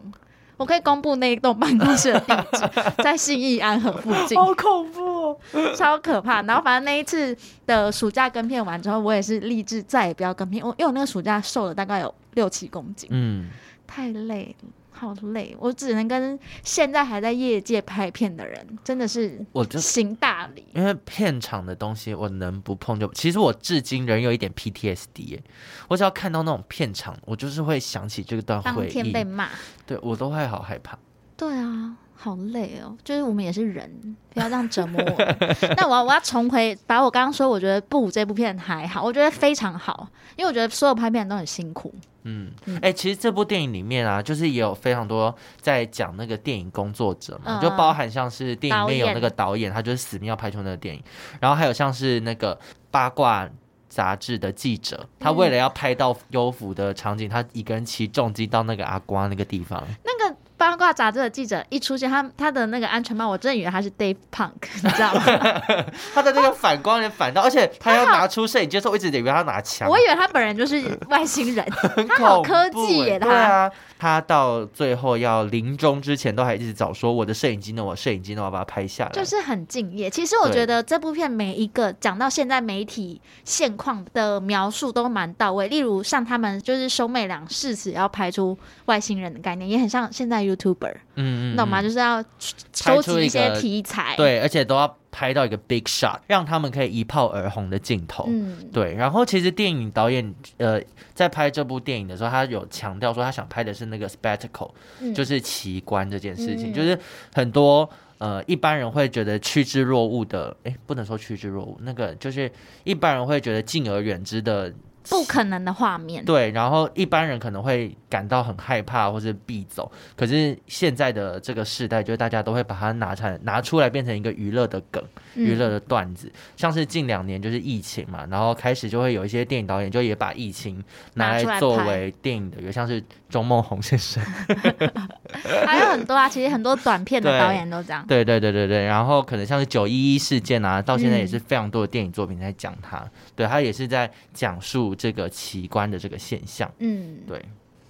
Speaker 1: 我可以公布那一栋办公室的地址，在信义安和附近，
Speaker 3: 好恐怖哦！
Speaker 1: 超可怕。然后反正那一次的暑假跟片完之后，我也是立志再也不要跟片。我因为我那个暑假瘦了大概有六七公斤，
Speaker 2: 嗯，
Speaker 1: 太累了，好累。我只能跟现在还在业界拍片的人，真的是
Speaker 2: 我就
Speaker 1: 行大礼。
Speaker 2: 因为片场的东西我能不碰就，其实我至今仍有一点 PTSD 耶、我只要看到那种片场，我就是会想起这段
Speaker 1: 当
Speaker 2: 回
Speaker 1: 天
Speaker 2: 忆，
Speaker 1: 被骂，
Speaker 2: 对我都会好害怕。
Speaker 1: 对啊，好累哦。就是我们也是人，不要这样折磨我们。 那我要我要重回，把我刚刚说，我觉得《不舞》这部片还好，我觉得非常好，因为我觉得所有拍片人都很辛苦。
Speaker 2: 嗯，哎、
Speaker 1: 嗯
Speaker 2: 其实这部电影里面啊，就是也有非常多在讲那个电影工作者嘛，
Speaker 1: 嗯
Speaker 2: 就包含像是电影里
Speaker 1: 导
Speaker 2: 面有
Speaker 1: 演
Speaker 2: 那个导演，他就是死命要拍出那个电影，然后还有像是那个八卦杂志的记者，他为
Speaker 1: 嗯
Speaker 2: 了要拍到优抚的场景，他一个人骑重机到那个阿瓜那个地方，
Speaker 1: 那个八卦杂志的记者一出现，他他的那个安全帽，我真的以为他是 Dave Punk，你知道吗？
Speaker 2: 他的那
Speaker 1: 哦
Speaker 2: 个反光也反到，而且他要拿出摄影机的时候，我一直以为他拿枪，
Speaker 1: 我以为他本人就是外星人，
Speaker 2: 很
Speaker 1: 他好
Speaker 2: 恐
Speaker 1: 科
Speaker 2: 怖
Speaker 1: 技
Speaker 2: 欸
Speaker 1: 耶
Speaker 2: 对啊，他到最后要临终之前都还一直找说我的摄影机呢，我的摄影机呢，我要把它拍下来，
Speaker 1: 就是很敬业。其实我觉得这部片每一个讲到现在媒体现况的描述都蛮到位，例如像他们就是兄妹俩誓死要拍出外星人的概念，也很像现在 YouTuber，
Speaker 2: 嗯
Speaker 1: 你
Speaker 2: 嗯，
Speaker 1: 懂吗？
Speaker 2: 嗯
Speaker 1: 就是要收集一些题材，，
Speaker 2: 对，而且都要拍到一个 big shot，让他们可以一炮而红的镜头。
Speaker 1: 嗯，
Speaker 2: 对，然后其实电影导演呃在拍这部电影的时候，他有强调说他想拍的是那个 spectacle，、
Speaker 1: 嗯
Speaker 2: 就是奇观这件事情，
Speaker 1: 嗯
Speaker 2: 就是很多呃一般人会觉得趋之若鹜的，哎，不能说趋之若鹜，那个就是一般人会觉得敬而远之的嗯
Speaker 1: 不可能的画面。
Speaker 2: 对，然后一般人可能会感到很害怕或者避走，可是现在的这个时代，就是大家都会把它拿成拿出来变成一个娱乐的梗、
Speaker 1: 嗯
Speaker 2: 娱乐的段子。像是近两年就是疫情嘛，然后开始就会有一些电影导演就也把疫情拿
Speaker 1: 拿出
Speaker 2: 来
Speaker 1: 来
Speaker 2: 作
Speaker 1: 拍
Speaker 2: 为电影的，有像是钟梦宏先 生，
Speaker 1: 还有很多啊，其实很多短片的
Speaker 2: 对
Speaker 1: 导演都这样。
Speaker 2: 对对对对对，然后可能像是九一一事件啊，到现在也
Speaker 1: 嗯
Speaker 2: 是非常多的电影作品在讲它，对，它也是在讲述这个奇观的这个现象。
Speaker 1: 嗯
Speaker 2: 对，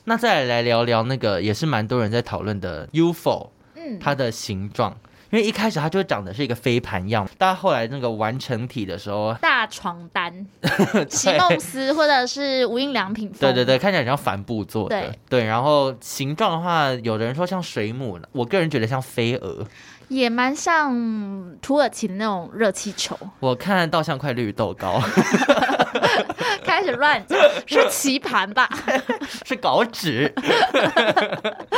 Speaker 2: 那再来聊聊那个也是蛮多人在讨论的 UFO
Speaker 1: 嗯，
Speaker 2: 它的形状，因为一开始它就长得是一个飞盘样，但后来那个完成体的时候，
Speaker 1: 大床 单，席梦思或者是无印良品风，
Speaker 2: 对对对，看起来很像帆布做的，
Speaker 1: 对
Speaker 2: 对。然后形状的话，有的人说像水母，我个人觉得像飞蛾，
Speaker 1: 也蛮像土耳其的那种热气球，
Speaker 2: 我看到像块绿豆糕，
Speaker 1: 开始乱讲，是棋盘吧？
Speaker 2: 是稿纸。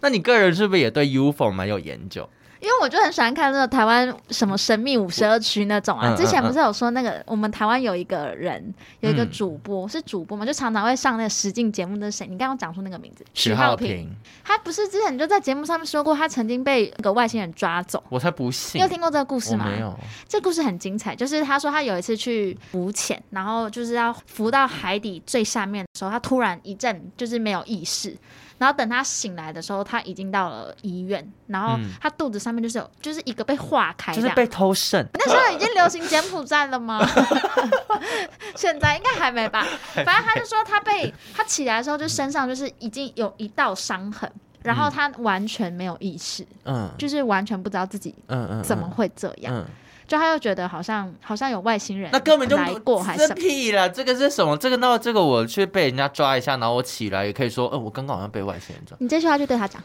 Speaker 2: 那你个人是不是也对 UFO 蛮有研究？
Speaker 1: 因为我就很喜欢看那个台湾什么神秘五十二区那种
Speaker 2: 嗯
Speaker 1: 啊。
Speaker 2: 嗯
Speaker 1: 之前不是有说那个我们台湾有一个人有一
Speaker 2: 嗯
Speaker 1: 个主播、是主播嘛，就常常会上那个实境节目，那是谁？你刚刚讲出那个名字，
Speaker 2: 浩
Speaker 1: 平。，他不是之前就在节目上面说过，他曾经被那个外星人抓走。
Speaker 2: 我才不
Speaker 1: 你
Speaker 2: 信
Speaker 1: 有，听过这个故事
Speaker 2: 我
Speaker 1: 吗？
Speaker 2: 没有。
Speaker 1: 这故事很精彩，就是他说他有一次去浮潜，然后就是要浮到海底最下面的时候，他突然一阵就是没有意识，然后等他醒来的时候，他已经到了医院，然后
Speaker 2: 嗯
Speaker 1: 他肚子上面就是有就是一个被化开
Speaker 2: 就
Speaker 1: 这
Speaker 2: 是
Speaker 1: 样。
Speaker 2: 被偷肾，
Speaker 1: 那时候已经流行柬埔寨了 吗？现在应该还没吧。反正他就说他被他起来的时候，就身上就是已经有一道伤痕，然后他完全没有意识，
Speaker 2: 嗯，
Speaker 1: 就是完全不知道自己
Speaker 2: 嗯嗯，
Speaker 1: 怎么会这样。
Speaker 2: 嗯，
Speaker 1: 就他又觉得好像好像有外星人，
Speaker 2: 那根本就
Speaker 1: 来过还是
Speaker 2: 这
Speaker 1: 什么？
Speaker 2: 屁啦！这个是什么？这个闹这个，我去被人家抓一下，然后我起来也可以说，呃，我刚刚好像被外星人抓。
Speaker 1: 你这句话就对他讲，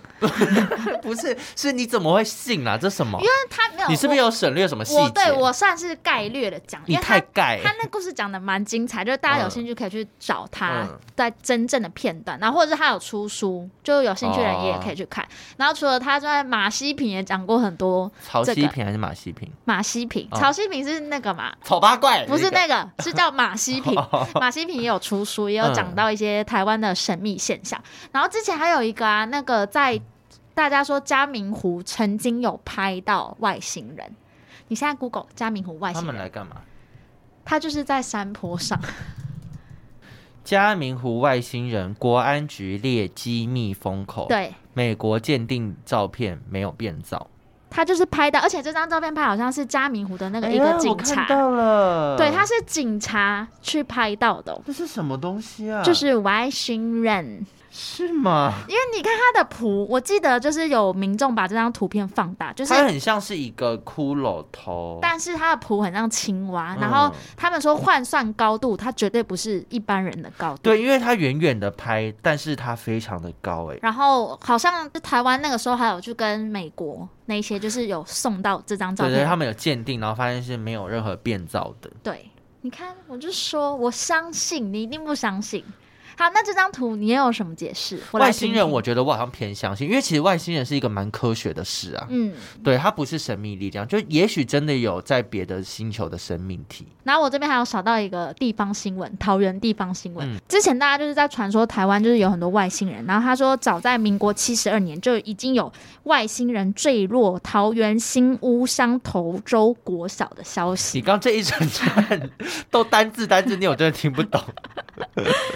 Speaker 2: 不是，是你怎么会信啦、这什么
Speaker 1: 因？为他没有，
Speaker 2: 你是不是有省略什么细
Speaker 1: 我我
Speaker 2: 节？
Speaker 1: 对我算是概略的讲，
Speaker 2: 你
Speaker 1: 因为他
Speaker 2: 太盖。
Speaker 1: 他那故事讲的蛮精彩，就是大家有兴趣可以去找他
Speaker 2: 嗯
Speaker 1: 在真正的片段，然后或者是他有出书，就有兴趣的人也可以去看。然后除了他之外，马西平也讲过很多，
Speaker 2: 曹
Speaker 1: 这
Speaker 2: 西
Speaker 1: 个
Speaker 2: 平还是马西平？
Speaker 1: 马西平、
Speaker 2: 哦
Speaker 1: 曹西平是那个嘛？
Speaker 2: 丑八怪
Speaker 1: 不是
Speaker 2: 个
Speaker 1: 那个，是叫马 西平。马西平也有出书，也有
Speaker 2: 嗯
Speaker 1: 讲到一些台湾的神秘现象。然后之前还有一个啊，那个在大家说嘉明湖曾经有拍到外星人。你现在 Google 嘉明湖外
Speaker 2: 他
Speaker 1: 星
Speaker 2: 们哦
Speaker 1: 人，
Speaker 2: 来干嘛？
Speaker 1: 他就是在山坡上。
Speaker 2: 嘉明湖外星人，国安局列机密封口，
Speaker 1: 对，
Speaker 2: 美国鉴定照片没有变造。
Speaker 1: 他就是拍到，而且这张照片拍好像是嘉明湖的那个
Speaker 2: 哎
Speaker 1: 一
Speaker 2: 呀
Speaker 1: 个
Speaker 2: 我
Speaker 1: 警
Speaker 2: 看
Speaker 1: 察，
Speaker 2: 到了，
Speaker 1: 对，他是警察去拍到的哦、
Speaker 2: 这是什么东西啊？
Speaker 1: 就是外星人。
Speaker 2: 是吗？
Speaker 1: 因为你看他的图，我记得就是有民众把这张图片放大，就是
Speaker 2: 它很像是一个骷髅头，
Speaker 1: 但是它的蹼很像青蛙，
Speaker 2: 嗯
Speaker 1: 然后他们说换算高度，它绝对不是一般人的高度。
Speaker 2: 对，因为它远远的拍，但是它非常的高哎、
Speaker 1: 然后好像台湾那个时候还有去跟美国那些，就是有送到这张照
Speaker 2: 对
Speaker 1: 片。
Speaker 2: 对，他们有鉴定，然后发现是没有任何变造的。
Speaker 1: 对你看，我就说我相信你一定不相信。好，那这张图你又有什么解释？我来
Speaker 2: 外星
Speaker 1: 听
Speaker 2: 人，
Speaker 1: 听
Speaker 2: 我觉得我好像偏相信，因为其实外星人是一个蛮科学的事啊。
Speaker 1: 嗯，
Speaker 2: 对，它不是神秘力量，就也许真的有在别的星球的生命体。
Speaker 1: 然后我这边还有找到一个地方新闻，桃园地方新闻。
Speaker 2: 嗯
Speaker 1: 之前大家就是在传说台湾就是有很多外星人，然后他说早在民国七十二年就已经有外星人坠落桃园新屋乡头洲国小的消
Speaker 2: 你
Speaker 1: 息。
Speaker 2: 刚这一整串都单字单字念，我真的听不 懂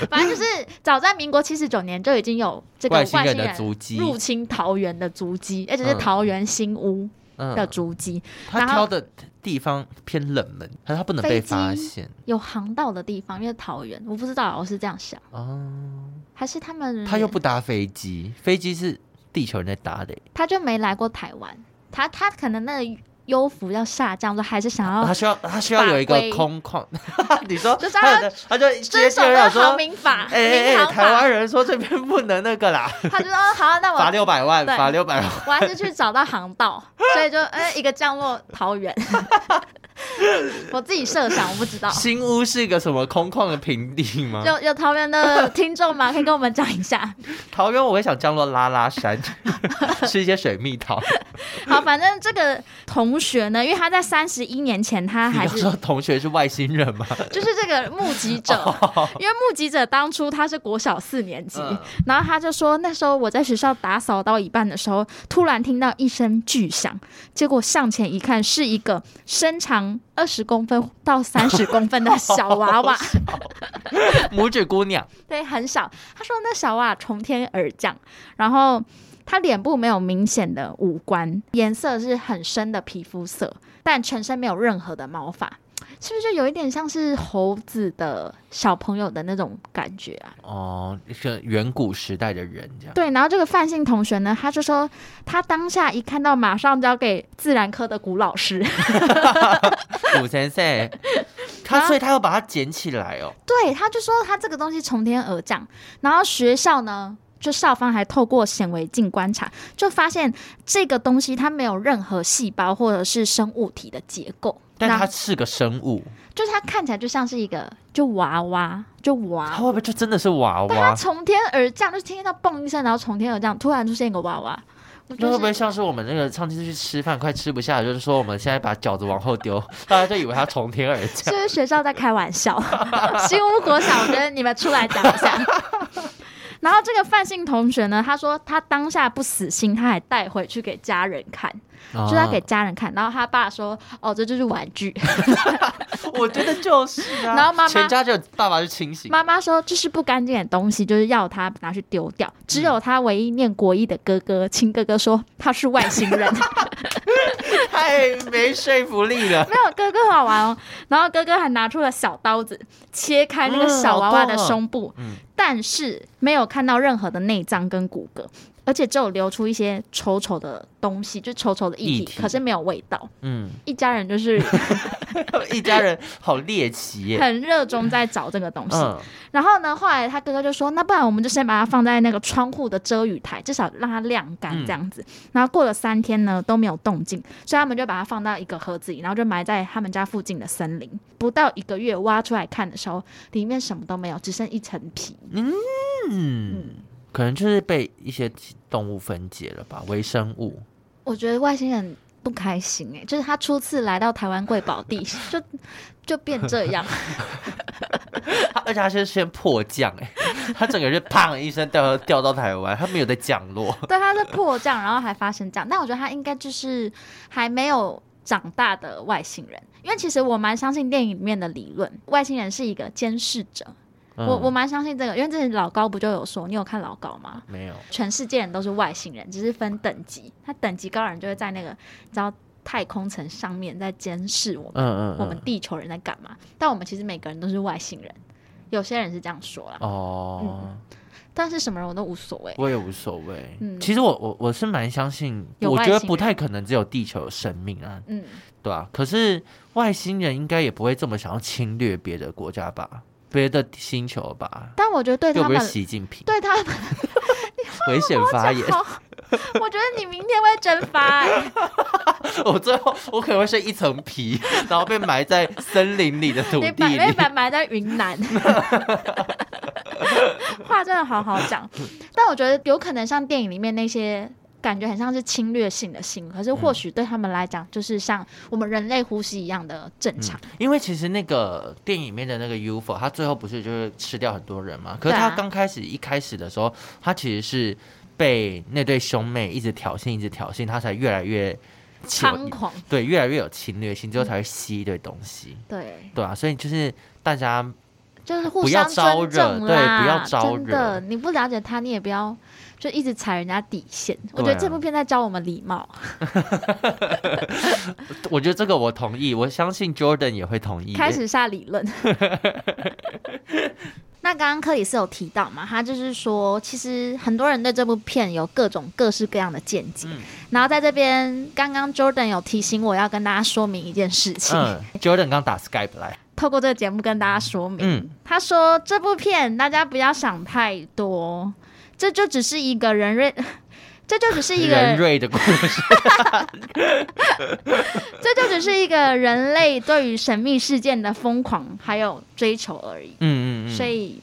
Speaker 1: 反正就是早在民国七十九年就已经有这个
Speaker 2: 外
Speaker 1: 外
Speaker 2: 星
Speaker 1: 星
Speaker 2: 人
Speaker 1: 人
Speaker 2: 的足迹。
Speaker 1: 入侵桃园的足迹，而且是
Speaker 2: 嗯
Speaker 1: 桃园新屋的
Speaker 2: 嗯，
Speaker 1: 足迹，
Speaker 2: 他
Speaker 1: 然后
Speaker 2: 挑的地方偏冷门，他他不能
Speaker 1: 飞
Speaker 2: 被
Speaker 1: 机
Speaker 2: 发现
Speaker 1: 有航道的地方，因为桃园，我不知道，我是这样想，
Speaker 2: 哦。
Speaker 1: 还是他们
Speaker 2: 他又不搭飞机，飞机是地球人在搭的欸，
Speaker 1: 他就没来过台湾，他他可能那个优抚要下降，说还是想要
Speaker 2: 他需要他需要有一
Speaker 1: 哦法
Speaker 2: 个
Speaker 1: 规
Speaker 2: 空旷。 你说
Speaker 1: 就是
Speaker 2: 他有
Speaker 1: 他
Speaker 2: 的，他就
Speaker 1: 遵
Speaker 2: 接
Speaker 1: 守
Speaker 2: 下来
Speaker 1: 那个
Speaker 2: 想
Speaker 1: 航
Speaker 2: 说，
Speaker 1: 民法、
Speaker 2: 哎哎
Speaker 1: 民
Speaker 2: 哎，
Speaker 1: 航
Speaker 2: 台
Speaker 1: 法
Speaker 2: 湾，人说这边不能那 个啦，
Speaker 1: 他就说哦好，那
Speaker 2: 罚
Speaker 1: 我
Speaker 2: 六百万，
Speaker 1: 对
Speaker 2: 罚六百万。
Speaker 1: 我还是去找到航道，所以就哎、一个降落桃园， 我自己设想，我不知道。
Speaker 2: 新屋是一个什么空旷的平地吗？
Speaker 1: 有有桃园的听众吗？可以跟我们讲一下。
Speaker 2: 桃园我也想降落拉拉山， 吃一些水蜜桃。
Speaker 1: 好，反正这个同学呢，因为他在三十一年前，他
Speaker 2: 你
Speaker 1: 还
Speaker 2: 要
Speaker 1: 是
Speaker 2: 说同学是外星 人吗？
Speaker 1: 就是这个目击者，因为目击者当初他是国小四年级，
Speaker 2: 嗯
Speaker 1: 然后他就说，那时候我在学校打扫到一半的时候，突然听到一声巨响，结果向前一看，是一个身长二十公分到三十公分的小娃娃，
Speaker 2: 拇指姑娘，
Speaker 1: 对，很小。他说那小娃娃从天而降，然后他脸部没有明显的五官，颜色是很深的皮肤色，但全身没有任何的毛发。是不是就有一点像是猴子的小朋友的那种感觉啊？
Speaker 2: 哦，是远古时代的人这样。
Speaker 1: 对，然后这个范姓同学呢，他就说他当下一看到，马上交给自然科的古老师。
Speaker 2: 古先 生，他所以他要把它捡起来哦。
Speaker 1: 对，他就说他这个东西从天而降，然后学校呢。就校方还透过显微镜观察，就发现这个东西它没有任何细胞或者是生物体的结构，
Speaker 2: 但
Speaker 1: 那
Speaker 2: 它是个生物，
Speaker 1: 就是它看起来就像是一个就娃娃，就
Speaker 2: 它
Speaker 1: 娃，
Speaker 2: 会不会就真的是娃
Speaker 1: 它
Speaker 2: 娃？
Speaker 1: 从天而降，就是听到嘣一声，然后从天而降，突然出现一个娃娃，我
Speaker 2: 那
Speaker 1: 就
Speaker 2: 会不会
Speaker 1: 是
Speaker 2: 像是我们那个上次去吃饭快吃不下了，就是说我们现在把饺子往后丢， 大家就以为它从天而降
Speaker 1: 是。不是学校在开玩笑？ 新屋国小，我觉得你们出来讲一下。 然后这个范姓同学呢，他说他当下不死心，他还带回去给家人看，就是 他给家人看。然后他爸说：“哦，这就是玩具。
Speaker 2: 啊我觉得就是啊。
Speaker 1: 然后妈妈
Speaker 2: 全家只有爸爸是清”醒。
Speaker 1: 妈妈说：“这是不干净的东西，就是要他拿去丢掉。”只有他唯一念国一的哥哥，亲哥哥说他是外星人。
Speaker 2: 太没说服 力了。
Speaker 1: 没有哥哥很好玩哦，然后哥哥还拿出了小刀子切开那个小娃娃的胸部，
Speaker 2: 嗯嗯好痛哦嗯
Speaker 1: 但是没有看到任何的内脏跟骨骼，而且只有流出一些稠稠的东西，就稠稠的液体，
Speaker 2: 液体
Speaker 1: 可是没有味道。
Speaker 2: 嗯，
Speaker 1: 一家人就是
Speaker 2: 一家人好猎奇耶。
Speaker 1: 很热衷在找这个东西。
Speaker 2: 嗯，
Speaker 1: 然后呢，后来他哥哥就说：“那不然我们就先把它放在那个窗户的遮雨台，至少让它晾干
Speaker 2: 嗯
Speaker 1: 这样子。然后过了三天呢都没有动静，所以他们就把它放到一个盒子里，然后就埋在他们家附近的森林。不到一个月挖出来看的时候，里面什么都没有，只剩一层皮。
Speaker 2: 嗯，可能就是被一些动物分解了吧，微生物。
Speaker 1: 我觉得外星人不开心哎、就是他初次来到台湾贵宝地， 就就变这样。
Speaker 2: 它而且它是先迫降 哎，它整个人砰一声掉掉到台湾，它没有在降落。
Speaker 1: 对，他是迫降，然后还发生这样。但我觉得他应该就是还没有长大的外星人，因为其实我蛮相信电影里面的理论，外星人是一个监视者，
Speaker 2: 嗯
Speaker 1: 我我蛮相信这个，因为之前老高不就有说，你有看老高吗？
Speaker 2: 没有，
Speaker 1: 全世界人都是外星人，只是分等级。他等级高的人就会在那个你知道太空层上面在监视我们，
Speaker 2: 嗯嗯，
Speaker 1: 我们地球人在干嘛？但我们其实每个人都是外星人，有些人是这样说啦，
Speaker 2: 哦，
Speaker 1: 但是什么人我都无所谓。
Speaker 2: 我也无所谓。
Speaker 1: 嗯
Speaker 2: 其实我我我是蛮相信，
Speaker 1: 有
Speaker 2: 我
Speaker 1: 外
Speaker 2: 觉得
Speaker 1: 星
Speaker 2: 不
Speaker 1: 人
Speaker 2: 太可能只有地球有生命啊，
Speaker 1: 嗯，
Speaker 2: 对啊，可是外星人应该也不会这么想要侵略别的国家吧？别的星球吧？
Speaker 1: 但我觉得对
Speaker 2: 又
Speaker 1: 他
Speaker 2: 不
Speaker 1: 们
Speaker 2: 是，习近平，
Speaker 1: 对他们
Speaker 2: 危险发 言。
Speaker 1: 好，我觉得你明天会蒸 发、欸。
Speaker 2: 我最后我可能会是一层 皮，然后被埋在森林里的土
Speaker 1: 你
Speaker 2: 地
Speaker 1: 把被
Speaker 2: 里。
Speaker 1: 把埋在云南。 话真的好好讲，但我觉得有可能像电影里面那些感觉很像是侵略性的性，可是或许对他们来讲，就是像我们人类呼吸一样的正常。
Speaker 2: 因为其实那个电影里面的那个 UFO，它最后不是就是吃掉很多人嘛？可是
Speaker 1: 对啊
Speaker 2: 它刚开始一开始的时候，它其实是被那对兄妹一直挑衅，一直挑衅，它才越来越
Speaker 1: 猖狂，
Speaker 2: 对，越来越有侵略性，最后才会吸一堆东西，
Speaker 1: 对，
Speaker 2: 对啊，所以就是大家
Speaker 1: 就是互
Speaker 2: 不要
Speaker 1: 相
Speaker 2: 招
Speaker 1: 尊
Speaker 2: 惹
Speaker 1: 重
Speaker 2: 对
Speaker 1: 啦。
Speaker 2: 不要招
Speaker 1: 真的，
Speaker 2: 惹
Speaker 1: 你不了解他，你也不要就一直踩人家底线。我觉
Speaker 2: 对
Speaker 1: 得
Speaker 2: 啊
Speaker 1: 这部片在教我们礼貌。
Speaker 2: 我觉得这个我同意，我相信 Jordan 也会同意。嗯
Speaker 1: 开始下理 论。那刚刚克里斯有提到嘛，他就是说，其实很多人对这部片有各种各式各样的见解。
Speaker 2: 嗯
Speaker 1: 然后在这边，刚刚 Jordan 有提醒我要跟大家说明一件事情，
Speaker 2: 嗯，Jordan 刚打 Skype 来，
Speaker 1: 透过这个节目跟大家说明。
Speaker 2: 嗯，
Speaker 1: 他说这部片大家不要想太多，这就只是一个人类， 这就只是一个
Speaker 2: 人瑞的故 事，
Speaker 1: 这就只是一个人类对于神秘事件的疯狂还有追求而已。
Speaker 2: 嗯嗯嗯，
Speaker 1: 所以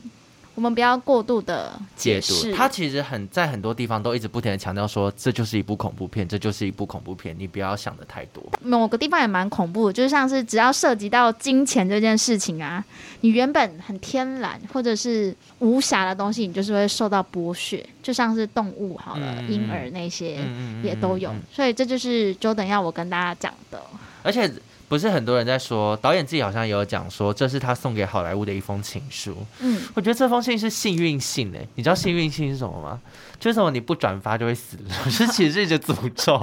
Speaker 1: 我们不要过度的
Speaker 2: 解
Speaker 1: 释
Speaker 2: 读，他其实很在很多地方都一直不停的强调说，这就是一部恐怖片，这就是一部恐怖片，你不要想的太多。
Speaker 1: 某个地方也蛮恐怖的，就像是只要涉及到金钱这件事情啊，你原本很天然或者是无瑕的东西，你就是会受到剥削，就像是动物好了，
Speaker 2: 嗯
Speaker 1: 婴儿那些。
Speaker 2: 嗯嗯嗯，
Speaker 1: 也都有
Speaker 2: 嗯嗯，
Speaker 1: 所以这就是 Jordan 要我跟大家讲的。
Speaker 2: 而且不是很多人在说，导演自己好像也有讲说，这是他送给好莱坞的一封情书。
Speaker 1: 嗯，
Speaker 2: 我觉得这封信是幸运信诶、你知道幸运信是什么吗？就是什么你不转 发就会死的那种，是其实是一直诅咒。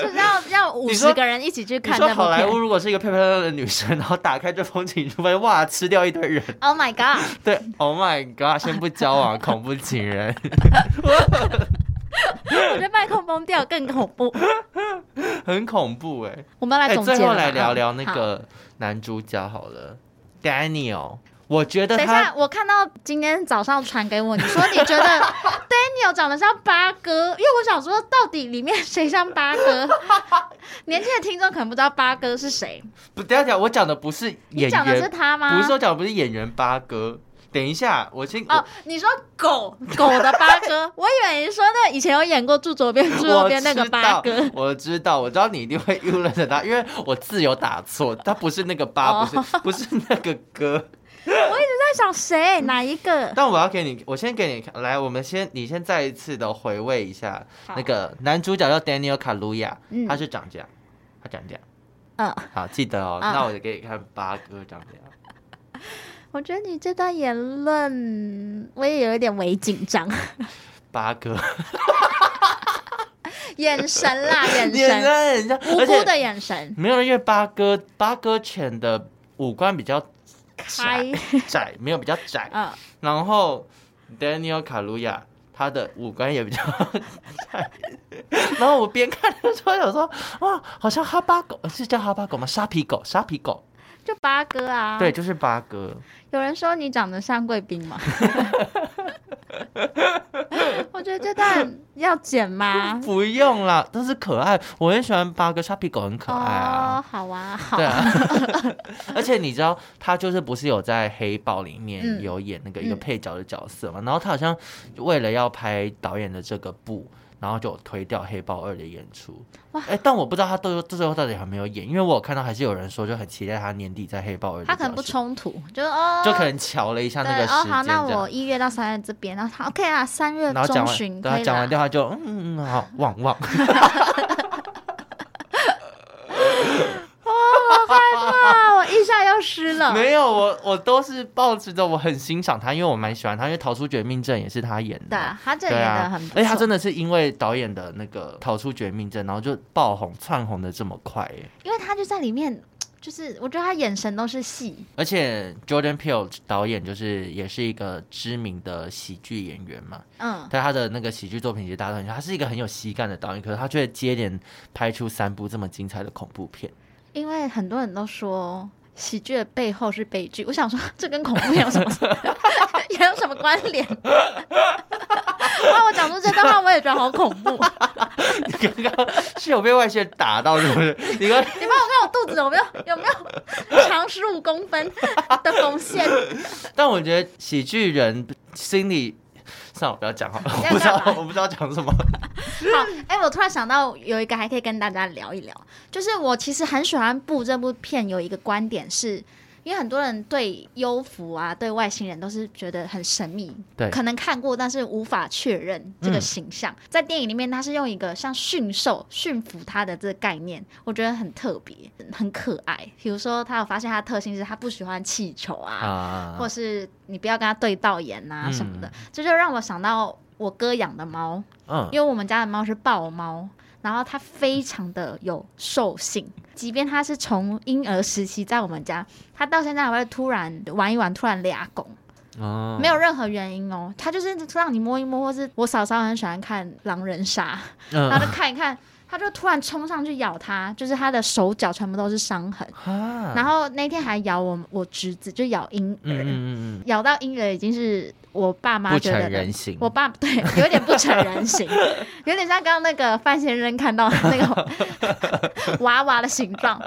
Speaker 1: 就是要要五
Speaker 2: 你
Speaker 1: 十
Speaker 2: 说
Speaker 1: 个人一起去
Speaker 2: 你
Speaker 1: 看
Speaker 2: 说
Speaker 1: 这部
Speaker 2: 好莱坞
Speaker 1: 片。
Speaker 2: 如果是一个漂漂亮亮的女生，然后打开这封 情书，发现哇，吃掉一堆人，
Speaker 1: Oh my god！
Speaker 2: 对，Oh my god，先不交往，恐怖 情人。
Speaker 1: 我觉得麦克风掉更恐怖。
Speaker 2: 很恐怖哎、欸！
Speaker 1: 我们要来总结
Speaker 2: 最后
Speaker 1: 了
Speaker 2: 来聊
Speaker 1: 好
Speaker 2: 聊那
Speaker 1: 好
Speaker 2: 个男主角好了，Daniel。我觉得
Speaker 1: 等一下，
Speaker 2: 他
Speaker 1: 我看到今天早上传给我，你说你觉得 Daniel 长得像八哥，因为我想说到底里面谁像八 哥？年轻的听众可能不知道八哥是谁，
Speaker 2: 不，等一下等一下，我讲的不是
Speaker 1: 你
Speaker 2: 演
Speaker 1: 讲的是
Speaker 2: 员，
Speaker 1: 他吗？
Speaker 2: 不是我讲的不是演员八哥。等一下，我先
Speaker 1: 哦，你说狗狗的八 哥，我以为你说那以前有演过《住左边住右
Speaker 2: 我
Speaker 1: 边》那个八
Speaker 2: 知
Speaker 1: 哥
Speaker 2: 道，我知道，我知道你一定会 误认得他，因为我字有打错，他不是那个八，
Speaker 1: 哦
Speaker 2: 不是不是那个哥。
Speaker 1: 在想谁哪一 个？
Speaker 2: 但我要给你，我先给你看，来，我们先你先再一次的回味一下
Speaker 1: 好
Speaker 2: 那个男主角叫 Daniel Kaluuya，、
Speaker 1: 嗯
Speaker 2: 他是长这样，他长这样。
Speaker 1: 嗯，
Speaker 2: 好，记得哦。
Speaker 1: 啊
Speaker 2: 那我就给你看八哥长这样。
Speaker 1: 我觉得你这段言论我也有一点微紧 张，
Speaker 2: 八哥，
Speaker 1: 眼神 啦，眼
Speaker 2: 你很
Speaker 1: 神，
Speaker 2: 像人家
Speaker 1: 无
Speaker 2: 而
Speaker 1: 辜
Speaker 2: 且
Speaker 1: 的眼神，
Speaker 2: 没有，因为八哥八哥犬的五官比较
Speaker 1: 开
Speaker 2: 窄，窄，没有比较窄。
Speaker 1: 嗯。
Speaker 2: 然后 Daniel 卡路亚他的五官也比 较窄。然后我边看的时候想说，哇，好像哈巴狗呃是叫哈巴狗吗？沙皮狗，沙皮狗，
Speaker 1: 就八哥啊。
Speaker 2: 对，，就是八哥。？
Speaker 1: 有人说你长得像贵宾吗？我觉得这段要剪吗
Speaker 2: 不用啦，但是可爱，我很喜欢八哥，沙皮狗很可爱啊。
Speaker 1: 哦，好啊，好
Speaker 2: 对。啊， 而且你知道他就是不是有在《黑豹》里面
Speaker 1: 嗯
Speaker 2: 有演那个一个
Speaker 1: 嗯
Speaker 2: 配角的角色嘛？然后他好像为了要拍导演的这个部，然后就推掉《黑豹二》的演出。
Speaker 1: 哇
Speaker 2: 哎、但我不知道他最后最后到底有没有演，因为我有看到还是有人说就很期待他年底在《黑豹二》。
Speaker 1: 他可能不，冲突，就哦，
Speaker 2: 就可能瞧了一下
Speaker 1: 对
Speaker 2: 那个
Speaker 1: 哦，
Speaker 2: 时
Speaker 1: 好，
Speaker 2: 间这
Speaker 1: 那
Speaker 2: 样。
Speaker 1: 我一月到三月这边，然后他 OK 啊，三月
Speaker 2: 然后讲
Speaker 1: 中
Speaker 2: 完，
Speaker 1: 旬
Speaker 2: 对
Speaker 1: 可
Speaker 2: 他
Speaker 1: 以
Speaker 2: 讲完
Speaker 1: 啦。
Speaker 2: 电话就嗯嗯嗯好旺旺，
Speaker 1: 啊哇，我一下又失了。
Speaker 2: 没有，我我都是抱持着我很欣赏他，因为我蛮喜欢他，因为《逃出绝命镇》也是他演的。
Speaker 1: 对啊，他这
Speaker 2: 对
Speaker 1: 演的
Speaker 2: 啊
Speaker 1: 很不，错，
Speaker 2: 而且他真的是因为导演的那个《逃出绝命镇》，然后就爆红、窜红的这么快耶。
Speaker 1: 因为他就在里面，就是我觉得他眼神都是戏，
Speaker 2: 而且 Jordan Peele 导演就是也是一个知名的喜剧演员嘛，
Speaker 1: 嗯，
Speaker 2: 但他的那个喜剧作品其实大家都很喜欢。他是一个很有喜感的导演，可是他却接连拍出三部这么精彩的恐怖片。
Speaker 1: 因为很多人都说喜剧的背后是悲剧，我想说这跟恐怖片有 什么也有什么关联？ 哇，我讲出这段话我也觉得好恐怖， 你
Speaker 2: 刚刚是有被外线打到是不是？你
Speaker 1: 帮
Speaker 2: 刚
Speaker 1: 我看我肚子有没有有没有长十五公分的缝线？
Speaker 2: 但我觉得喜剧人心里，算了，我不要讲好了，
Speaker 1: 你
Speaker 2: 我
Speaker 1: 在
Speaker 2: 不知道
Speaker 1: 干，嘛
Speaker 2: 我不知道讲什么。
Speaker 1: 好，哎、我突然想到有一个还可以跟大家聊一聊，就是我其实很喜欢《布》这部片，有一个观点是。因为很多人对幽浮啊，对外星人都是觉得很神秘，
Speaker 2: 对嗯
Speaker 1: 可能看过，但是无法确认这个形象。在电影里面，他是用一个像驯兽驯服他的这个概念，我觉得很特别，很可爱。比如说，他有发现他的特性是他不喜欢气球
Speaker 2: 啊
Speaker 1: 或是你不要跟他对到眼啊什么的，这就让我想到我哥养的猫，
Speaker 2: 嗯，
Speaker 1: 因为我们家的猫是豹猫，然后它非常的有兽性，即便它是从婴儿时期在我们家，它到现在还会突然玩一玩，突然俩拱，
Speaker 2: 哦
Speaker 1: 没有任何原因哦，它就是让你摸一摸，或是我嫂嫂很喜欢看狼人杀，
Speaker 2: 嗯
Speaker 1: 然后就看一看，它就突然冲上去咬它，就是它的手脚全部都是伤痕，
Speaker 2: 啊
Speaker 1: 然后那天还咬我我侄子，就咬婴儿。
Speaker 2: 嗯嗯嗯嗯，
Speaker 1: 咬到婴儿已经是我爸妈
Speaker 2: 不
Speaker 1: 觉
Speaker 2: 成
Speaker 1: 得
Speaker 2: 人形
Speaker 1: 我爸 对有点不成人形，有点像刚刚那个范先生看到的那个 娃娃的形状，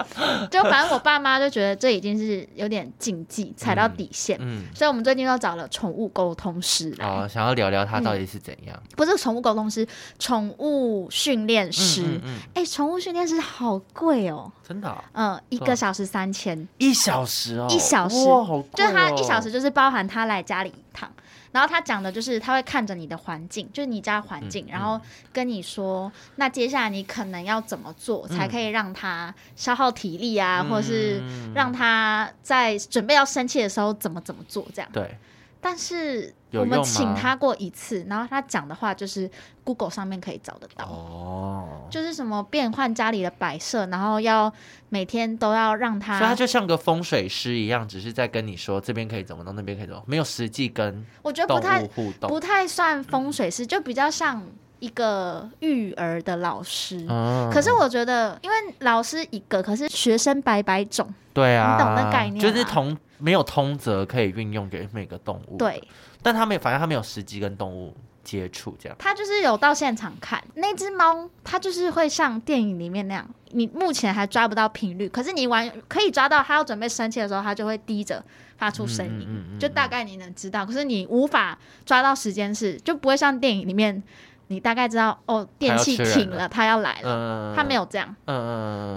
Speaker 1: 就反正我爸妈就觉得这已经是有点禁忌，踩到底线。
Speaker 2: 嗯，
Speaker 1: 所以，我们最近都找了宠物沟通师来，
Speaker 2: 哦，想要聊聊
Speaker 1: 嗯
Speaker 2: 他到底是怎样？
Speaker 1: 不是宠物沟通师，宠物训练师
Speaker 2: 嗯。嗯，嗯
Speaker 1: 哎、宠、物训练师好贵哦，
Speaker 2: 真的哦
Speaker 1: 嗯、一
Speaker 2: 是
Speaker 1: 个
Speaker 2: 啊
Speaker 1: 小时三千。
Speaker 2: 一小时哦，
Speaker 1: 一小时
Speaker 2: 哇，好贵
Speaker 1: 就
Speaker 2: 哦
Speaker 1: 是他一小时，就是包含他来家里一趟，然后他讲的就是他会看着你的环境，就是你家环
Speaker 2: 嗯
Speaker 1: 境，然后跟你说，那接下来你可能要怎么做才可以让他消耗体力啊，
Speaker 2: 嗯
Speaker 1: 或者是让他在准备要生气的时候怎么怎么做这样。
Speaker 2: 对，
Speaker 1: 但是
Speaker 2: 有
Speaker 1: 我们
Speaker 2: 用
Speaker 1: 请
Speaker 2: 吗
Speaker 1: 他过一次，然后他讲的话就是 Google 上面可以找得到。
Speaker 2: 哦，
Speaker 1: 就是什么变换家里的摆设，然后要每天都要让
Speaker 2: 所
Speaker 1: 他，
Speaker 2: 以他就像个风水师一样，只是在跟你说这边可以怎么弄，那边可以怎么弄，没有实际跟
Speaker 1: 我觉得
Speaker 2: 动
Speaker 1: 不太
Speaker 2: 物互动
Speaker 1: 不。太算风水师，就比较像一个育儿的老师。
Speaker 2: 嗯
Speaker 1: 可是我觉得，因为老师一个，可是学生百百种，
Speaker 2: 对啊，
Speaker 1: 你懂那概念啊
Speaker 2: 就是同没有通则可以运用给每个动物。，
Speaker 1: 对
Speaker 2: 但他没有，反正他没有实际跟动物接触，这样
Speaker 1: 他就是有到现场看那只猫，它就是会像电影里面那样，你目前还抓不到频率，可是你完可以抓到它要准备生气的时候，它就会低着发出声音，
Speaker 2: 嗯嗯嗯嗯
Speaker 1: 就大概你能知道，可是你无法抓到时间是，就不会像电影里面，你大概知道哦，电器
Speaker 2: 它要吃
Speaker 1: 停
Speaker 2: 人
Speaker 1: 了，它要来了，
Speaker 2: 嗯，
Speaker 1: 它没
Speaker 2: 有，
Speaker 1: 有这样。
Speaker 2: 嗯嗯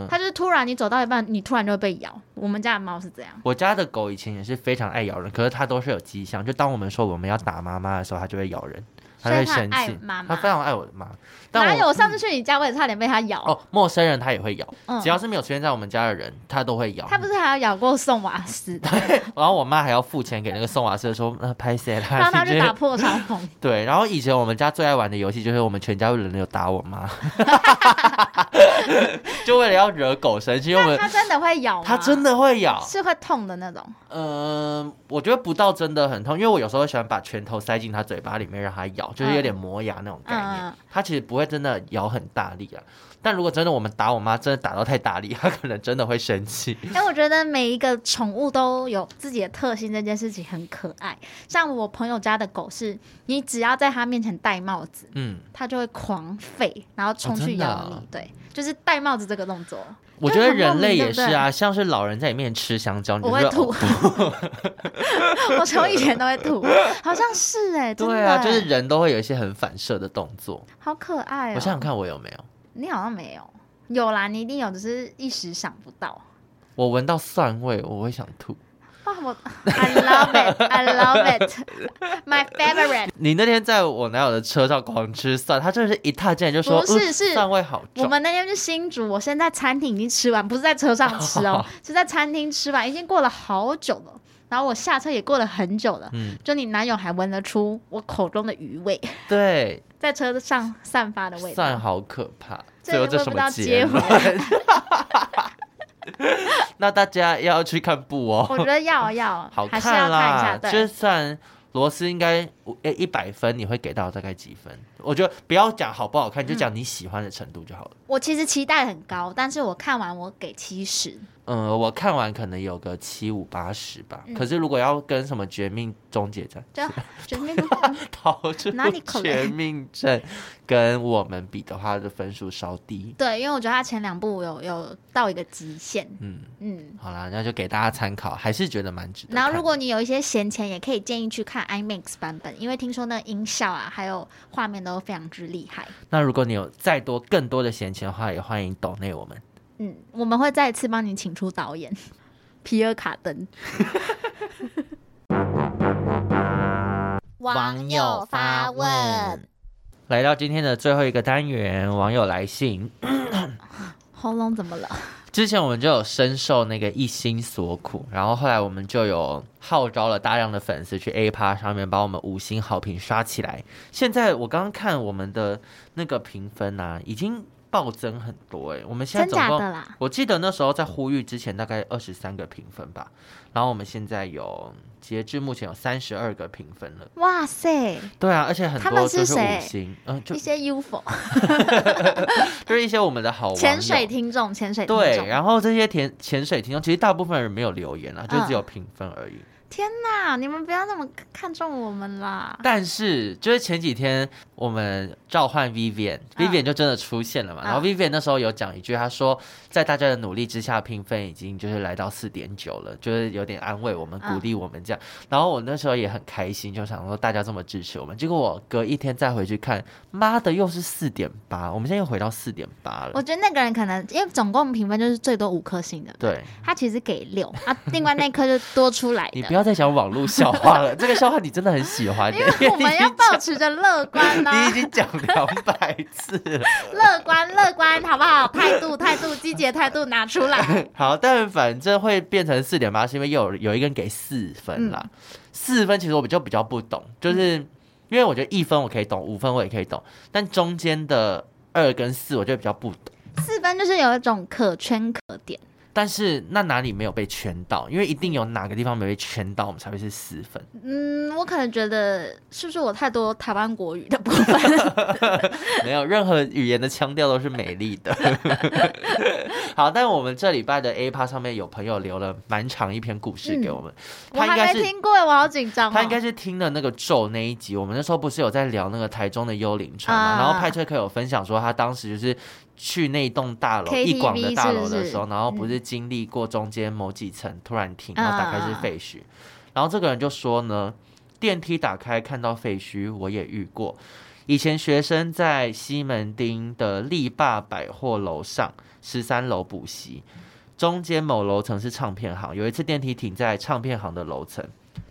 Speaker 2: 嗯。
Speaker 1: 它就是突然你走到一半，你突然就会被咬。我们家的猫是这样，
Speaker 2: 我家的狗以前也是非常爱咬人，可是它都是有迹象。就当我们说我们要打妈妈的时候，它就会咬人，它就会
Speaker 1: 所以
Speaker 2: 生
Speaker 1: 它很爱
Speaker 2: 气
Speaker 1: 妈。妈
Speaker 2: 它非常爱我的妈，
Speaker 1: 哪
Speaker 2: 但我
Speaker 1: 有？上次去你家，我也差点被它咬。
Speaker 2: 哦，陌生人它也会咬，
Speaker 1: 嗯
Speaker 2: 只要是没有出现在我们家的人，它都会咬。
Speaker 1: 它不是还要咬过宋瓦 斯，
Speaker 2: 然后我妈还要付钱给那个送瓦斯的说，呃，拍谁啦？
Speaker 1: 让它
Speaker 2: 你
Speaker 1: 去
Speaker 2: 这
Speaker 1: 打破伤 风。
Speaker 2: 对，然后以前我们家最爱玩的游戏就是我们全家会轮流打 我妈， 就为了要惹狗生气，因为我们
Speaker 1: 它真的会咬吗？
Speaker 2: 它真的会咬。
Speaker 1: 是会痛的那种。
Speaker 2: 嗯、我觉得不到真的很痛，因为我有时候喜欢把拳头塞进它嘴巴里面让它咬，就是有点磨牙那种概
Speaker 1: 嗯
Speaker 2: 念
Speaker 1: 嗯。
Speaker 2: 它其实不会真的咬很大力啊，但如果真的我们打我妈，真的打到太大力，它可能真的会 生气。
Speaker 1: 哎、我觉得每一个宠物都有自己的特性，这件事情很可爱。像我朋友家的狗是，你只要在它面前戴帽子，
Speaker 2: 嗯，
Speaker 1: 它就会狂吠，然后冲
Speaker 2: 哦
Speaker 1: 去
Speaker 2: 真的
Speaker 1: 咬你。
Speaker 2: 啊
Speaker 1: 对，就是戴帽子这个动作。
Speaker 2: 我觉得
Speaker 1: 很莫
Speaker 2: 人类
Speaker 1: 名对
Speaker 2: 也
Speaker 1: 不
Speaker 2: 是
Speaker 1: 对
Speaker 2: 啊，像是老人在你面前吃香蕉，你
Speaker 1: 我会
Speaker 2: 就说
Speaker 1: 吐，
Speaker 2: 哦
Speaker 1: 我从以前都会吐，好像是哎、真的
Speaker 2: 对啊，就是
Speaker 1: 哎
Speaker 2: 人都会有一些很反射的动作。
Speaker 1: 好可爱
Speaker 2: 我
Speaker 1: 哦、
Speaker 2: 想想看，我有没有？
Speaker 1: 你好像没有，有啦，你一定有，只是一时想不到。
Speaker 2: 我闻到蒜味，我会想吐。
Speaker 1: 哇，我 I love it, I love it, my favorite。
Speaker 2: 你那天在我男友的车上狂吃蒜，他真的是一踏进来就说，
Speaker 1: 不是
Speaker 2: 嗯
Speaker 1: 是
Speaker 2: 蒜味好
Speaker 1: 我
Speaker 2: 重。
Speaker 1: 们那天去新竹，我现在餐厅已经吃完，不是在车上吃 哦，是在餐厅吃完，已经过了好久了。然后我下车也过了很久了，
Speaker 2: 嗯
Speaker 1: 就你男友还闻得出我口中的余味，
Speaker 2: 对，
Speaker 1: 在车上散发的味道。
Speaker 2: 蒜好可怕。
Speaker 1: 这
Speaker 2: 最后这
Speaker 1: 问
Speaker 2: 什
Speaker 1: 不
Speaker 2: 么
Speaker 1: 到结
Speaker 2: 结
Speaker 1: 尾
Speaker 2: 论？， 那大家要去看布
Speaker 1: 我
Speaker 2: 哦，
Speaker 1: 觉得要啊要
Speaker 2: 好
Speaker 1: 还是要看一下。
Speaker 2: 啦。就
Speaker 1: 对，
Speaker 2: 算罗斯应该一百分，你会给到大概几分？我觉得不要讲好不好
Speaker 1: 嗯
Speaker 2: 看，就讲你喜欢的程度就好了。
Speaker 1: 我其实期待很高，但是我看完我给七十，
Speaker 2: 嗯、我看完可能有个七五八十吧。
Speaker 1: 嗯
Speaker 2: 可是如果要跟什么《绝命终结战
Speaker 1: 就觉得那个》
Speaker 2: 逃出
Speaker 1: 哪里可
Speaker 2: 《
Speaker 1: 能
Speaker 2: 绝命镇》跟我们比的话，的分数稍低。
Speaker 1: 对，因为我觉得他前两部有有到一个极限，
Speaker 2: 嗯，
Speaker 1: 嗯。
Speaker 2: 好啦，那就给大家参考，还是觉得蛮值得看的。
Speaker 1: 然后，如果你有一些闲钱，也可以建议去看 IMAX 版本，因为听说那个音效啊，还有画面都非常之厉害。
Speaker 2: 那如果你有再多更多的闲钱的话，也欢迎抖内我们。
Speaker 1: 嗯，我们会再次帮你请出导演 皮尔卡登。
Speaker 2: 来到今天的最后一个单元，网友来信。
Speaker 1: 喉咙怎么了？
Speaker 2: 之前我们就有深受那个一心所苦，然后后来我们就有号召了大量的粉丝去 A 趴上面把我们五星好评刷起来。现在我刚刚看我们的那个评分啊，已经暴增很多哎、我们现在
Speaker 1: 真
Speaker 2: 总
Speaker 1: 假
Speaker 2: 共
Speaker 1: 的啦？
Speaker 2: 我记得那时候在呼吁之前大概二十三个评分吧，然后我们现在有截至目前有三十二个评分了。
Speaker 1: 哇塞，
Speaker 2: 对啊，而且很
Speaker 1: 他
Speaker 2: 多
Speaker 1: 们
Speaker 2: 就是是
Speaker 1: 谁
Speaker 2: 五星，嗯、就
Speaker 1: 一些 UFO
Speaker 2: 就是一些我们的好网友
Speaker 1: 潜水听众，潜水听
Speaker 2: 对，
Speaker 1: 众。
Speaker 2: 然后这些潜潜水听众，其实大部分人没有留言啊，就
Speaker 1: 嗯
Speaker 2: 只有评分而已。
Speaker 1: 天哪，你们不要那么看重我们啦！
Speaker 2: 但是就是前几天我们召唤 Vivian，Vivian、
Speaker 1: 嗯
Speaker 2: Vivian 就真的出现了
Speaker 1: 嗯
Speaker 2: 嘛。然后 Vivian 那时候有讲一句，他说在大家的努力之下，评分已经就是来到四点九了，就是有点安慰我们，
Speaker 1: 嗯
Speaker 2: 鼓励我们这样。然后我那时候也很开心，就想说大家这么支持我们。结果我隔一天再回去看，妈的又是四点八，我们现在又回到四点八
Speaker 1: 我
Speaker 2: 了。
Speaker 1: 觉得那个人可能因为总共评分就是最多五颗星的，
Speaker 2: 对。
Speaker 1: 他其实给 六啊，另外那颗就多出来的。
Speaker 2: 你不要再讲网络笑话了，这个笑话你真的很喜欢、
Speaker 1: 因为我
Speaker 2: 你已
Speaker 1: 们要
Speaker 2: 经
Speaker 1: 保持着乐观呐、 啊
Speaker 2: 你已经讲两百次了。
Speaker 1: 乐观乐观，好不好？态度态度，积极的态度拿出 来。
Speaker 2: 好，但反正会变成四点八，是因为又有有一个人给四分啦。
Speaker 1: 嗯
Speaker 2: 四、分其实我比较比较不懂，就是因为我觉得一分我可以懂，五分我也可以懂，但中间的二跟四我就比较不懂。
Speaker 1: 四分就是有一种可圈可点，
Speaker 2: 但是那哪里没有被圈到？因为一定有哪个地方没被圈到，我们才会是四分。
Speaker 1: 嗯，我可能觉得是不是我太多台湾国语的部 分？
Speaker 2: 没有任何语言的腔调都是美丽的。 好，但我们这礼拜的 A 趴上面有朋友留了蛮长一篇故事给我们，
Speaker 1: 嗯我
Speaker 2: 他应
Speaker 1: 还
Speaker 2: 该
Speaker 1: 没
Speaker 2: 是。
Speaker 1: 听过，我好紧张、哦。
Speaker 2: 他应该是听了那个咒那一集，我们那时候不是有在聊那个台中的幽灵船嘛，
Speaker 1: 啊
Speaker 2: 然后派翠克有分享说他当时就是去那栋大楼
Speaker 1: KTV
Speaker 2: 一广的大楼的时候，
Speaker 1: 是不是
Speaker 2: 然后不是经历过中间某几层突然停，然后
Speaker 1: 啊
Speaker 2: 打开是废墟，然后这个人就说呢，电梯打开看到废墟，我也遇过。以前学生在西门町的力霸百货楼上十三楼补习，中间某楼层是唱片行，有一次电梯停在唱片行的楼层，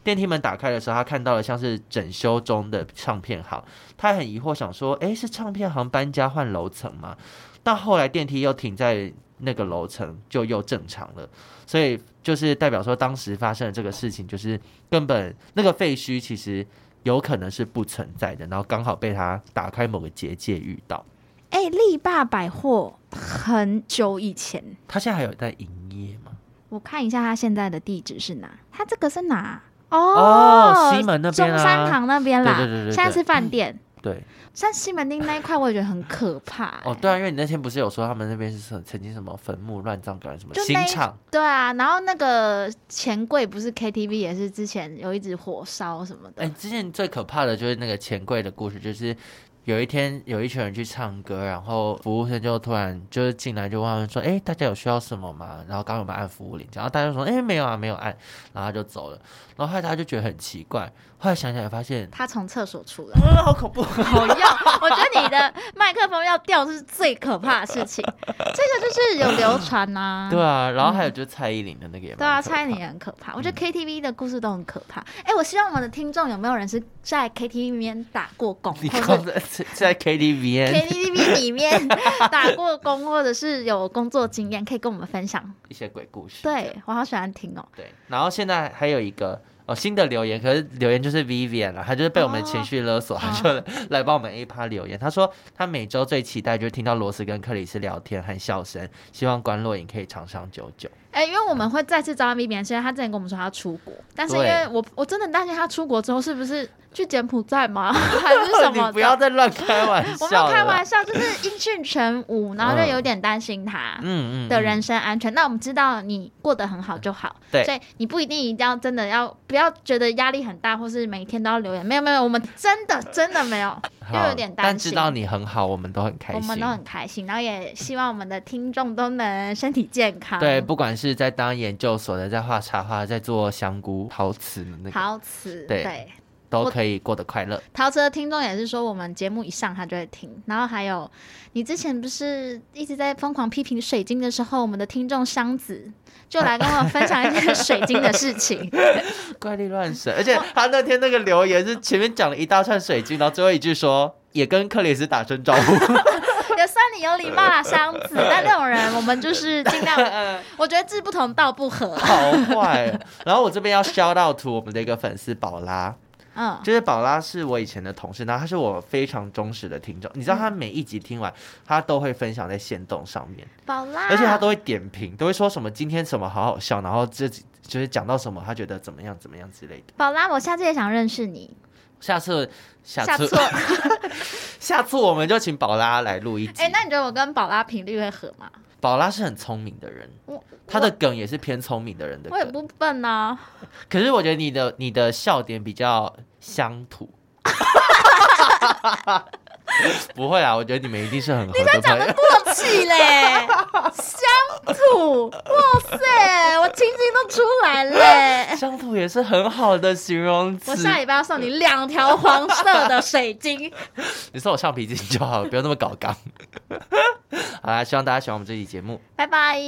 Speaker 2: 电梯门打开的时候，他看到了像是整修中的唱片行，他很疑惑，想说，诶，是唱片行搬家换楼层吗？但后来电梯又停在那个楼层，就又正常了，所以就是代表说，当时发生的这个事情，就是根本那个废墟其实有可能是不存在的，然后刚好被他打开某个结界遇到，
Speaker 1: 哎，力霸百货很久以前，
Speaker 2: 他现在还有在营业吗？
Speaker 1: 我看一下他现在的地址是哪？他这个是哪？
Speaker 2: 哦西门那边啊
Speaker 1: 中山堂那边啦，
Speaker 2: 对对对对对
Speaker 1: 现在是饭店。
Speaker 2: 对，
Speaker 1: 像西门町那一块，我也觉得很可怕、哎
Speaker 2: 哦，对啊，因为你那天不是有说他们那边是曾曾经什么坟墓乱葬岗什么
Speaker 1: 就
Speaker 2: 新
Speaker 1: 那一
Speaker 2: 厂，
Speaker 1: 对啊，然后那个钱柜不是 KTV 也是之前有一直火烧什么的，
Speaker 2: 哎哎，之前最可怕的就是那个钱柜的故事，就是有一天有一群人去唱歌，然后服务生就突然就是进来就问他们说：“哎、大家有需要什么吗？”然后刚刚有没有按服务铃？然后大家就说：“哎、没有啊，没有按。”然后他就走了。然后后来大家就觉得很奇怪，后来想起来发现，
Speaker 1: 他从厕所出来。
Speaker 2: 啊， 好恐怖！
Speaker 1: 好用，我觉得你 的麦克风要掉是最可怕的事情。这个就是有流传呐、
Speaker 2: 对啊，然后还有就是蔡依林的那个
Speaker 1: 嗯
Speaker 2: 也蛮
Speaker 1: 对啊，
Speaker 2: 可怕
Speaker 1: 蔡依林也很可怕。
Speaker 2: 嗯
Speaker 1: 我觉得 KTV 的故事都很可怕。哎、我希望我们的听众有没有人是在 KTV 里面打过工，
Speaker 2: 你
Speaker 1: 或
Speaker 2: 刚
Speaker 1: 者
Speaker 2: 才在在 KTV 欸
Speaker 1: KTV 里 面打过工，或者是有工作经验，可以跟我们分享。
Speaker 2: 一些鬼故事。
Speaker 1: 对我好喜欢听哦。
Speaker 2: 对，然后现在还有一个哦新的留言，可是留言就是 Vivian 了，他就是被我
Speaker 1: 哦
Speaker 2: 们情绪勒索，他就来来帮我们 A 趴留言。他说他每周最期待就是听到罗斯跟克里斯聊天和笑声，希望关洛影可以长长久久。
Speaker 1: 哎、因为我们会再次招 B B，虽然他之前跟我们说他出国，但是因
Speaker 2: 对
Speaker 1: 为我我真的担心他出国之后是不是去柬埔寨吗， 还 是什么的？
Speaker 2: 哦你不要再乱开玩
Speaker 1: 我没
Speaker 2: 笑
Speaker 1: 有
Speaker 2: 了。
Speaker 1: 开玩笑，就是音讯全无，然后就
Speaker 2: 嗯
Speaker 1: 有点担心他
Speaker 2: 嗯嗯
Speaker 1: 的人身安全。那我们知道你过得很好就好，
Speaker 2: 对
Speaker 1: 所以你不一定一定要真的要不要觉得压力很大，或是每天都要留言。没有没有，我们真的真的没有，
Speaker 2: 嗯
Speaker 1: 又
Speaker 2: 好
Speaker 1: 有点担
Speaker 2: 但
Speaker 1: 心
Speaker 2: 知道你很好，我们都很开
Speaker 1: 我
Speaker 2: 心。
Speaker 1: 们都很开心，然后也希望我们的听众都能身体健康。
Speaker 2: 对，不管是在当研究所的，在画插画，在做香菇、陶瓷的那个，
Speaker 1: 陶瓷
Speaker 2: 对都可以过得快乐。
Speaker 1: 陶喆的听众也是说，我们节目一上他就会听。然后还有，你之前不是一直在疯狂批评水晶的时候，我们的听众箱子就来跟我分享一些水晶的事 情。
Speaker 2: 怪力乱神，而且他那天那个留言是前面讲了一大串水晶，然后最后一句说也跟克里斯打声招呼。
Speaker 1: 也算你有礼貌啦，箱子。但这种人，我们就是尽量，呃我觉得志不同道不合。
Speaker 2: 好 坏哦。然后我这边要 shout out to 我们的一个粉丝宝拉，
Speaker 1: 嗯，
Speaker 2: 就是宝拉是我以前的同事，然后她是我非常忠实的听众。你知道她每一集听完，她都会分享在线动上面，
Speaker 1: 宝拉，
Speaker 2: 而且她都会点评，都会说什么今天什么好好笑，然后这就是讲到什么她觉得怎么样怎么样之类的。
Speaker 1: 宝拉，我下次也想认识你。
Speaker 2: 下次下
Speaker 1: 下
Speaker 2: 次
Speaker 1: 错，
Speaker 2: 下次我们就请宝拉来录一集
Speaker 1: 哎，。那你觉得我跟宝拉频率会合吗？
Speaker 2: 宝拉是很聪明的人。
Speaker 1: 我
Speaker 2: 他的梗也是偏聪明的人的
Speaker 1: 我也
Speaker 2: 梗，
Speaker 1: 不笨啊呐。
Speaker 2: 可是我觉得你的你的笑点比较乡土。 不会啊，我觉得你们一定是很合的朋友。！
Speaker 1: 过气嘞，乡土，哇塞，我青筋都出来嘞
Speaker 2: 乡土也是很好的形容词
Speaker 1: 我。下礼拜要送你两条黄色的水 晶。
Speaker 2: 你说我橡皮筋 就好了，不要那么搞刚。好啦，希望大家喜欢我们这期节目。
Speaker 1: 拜拜。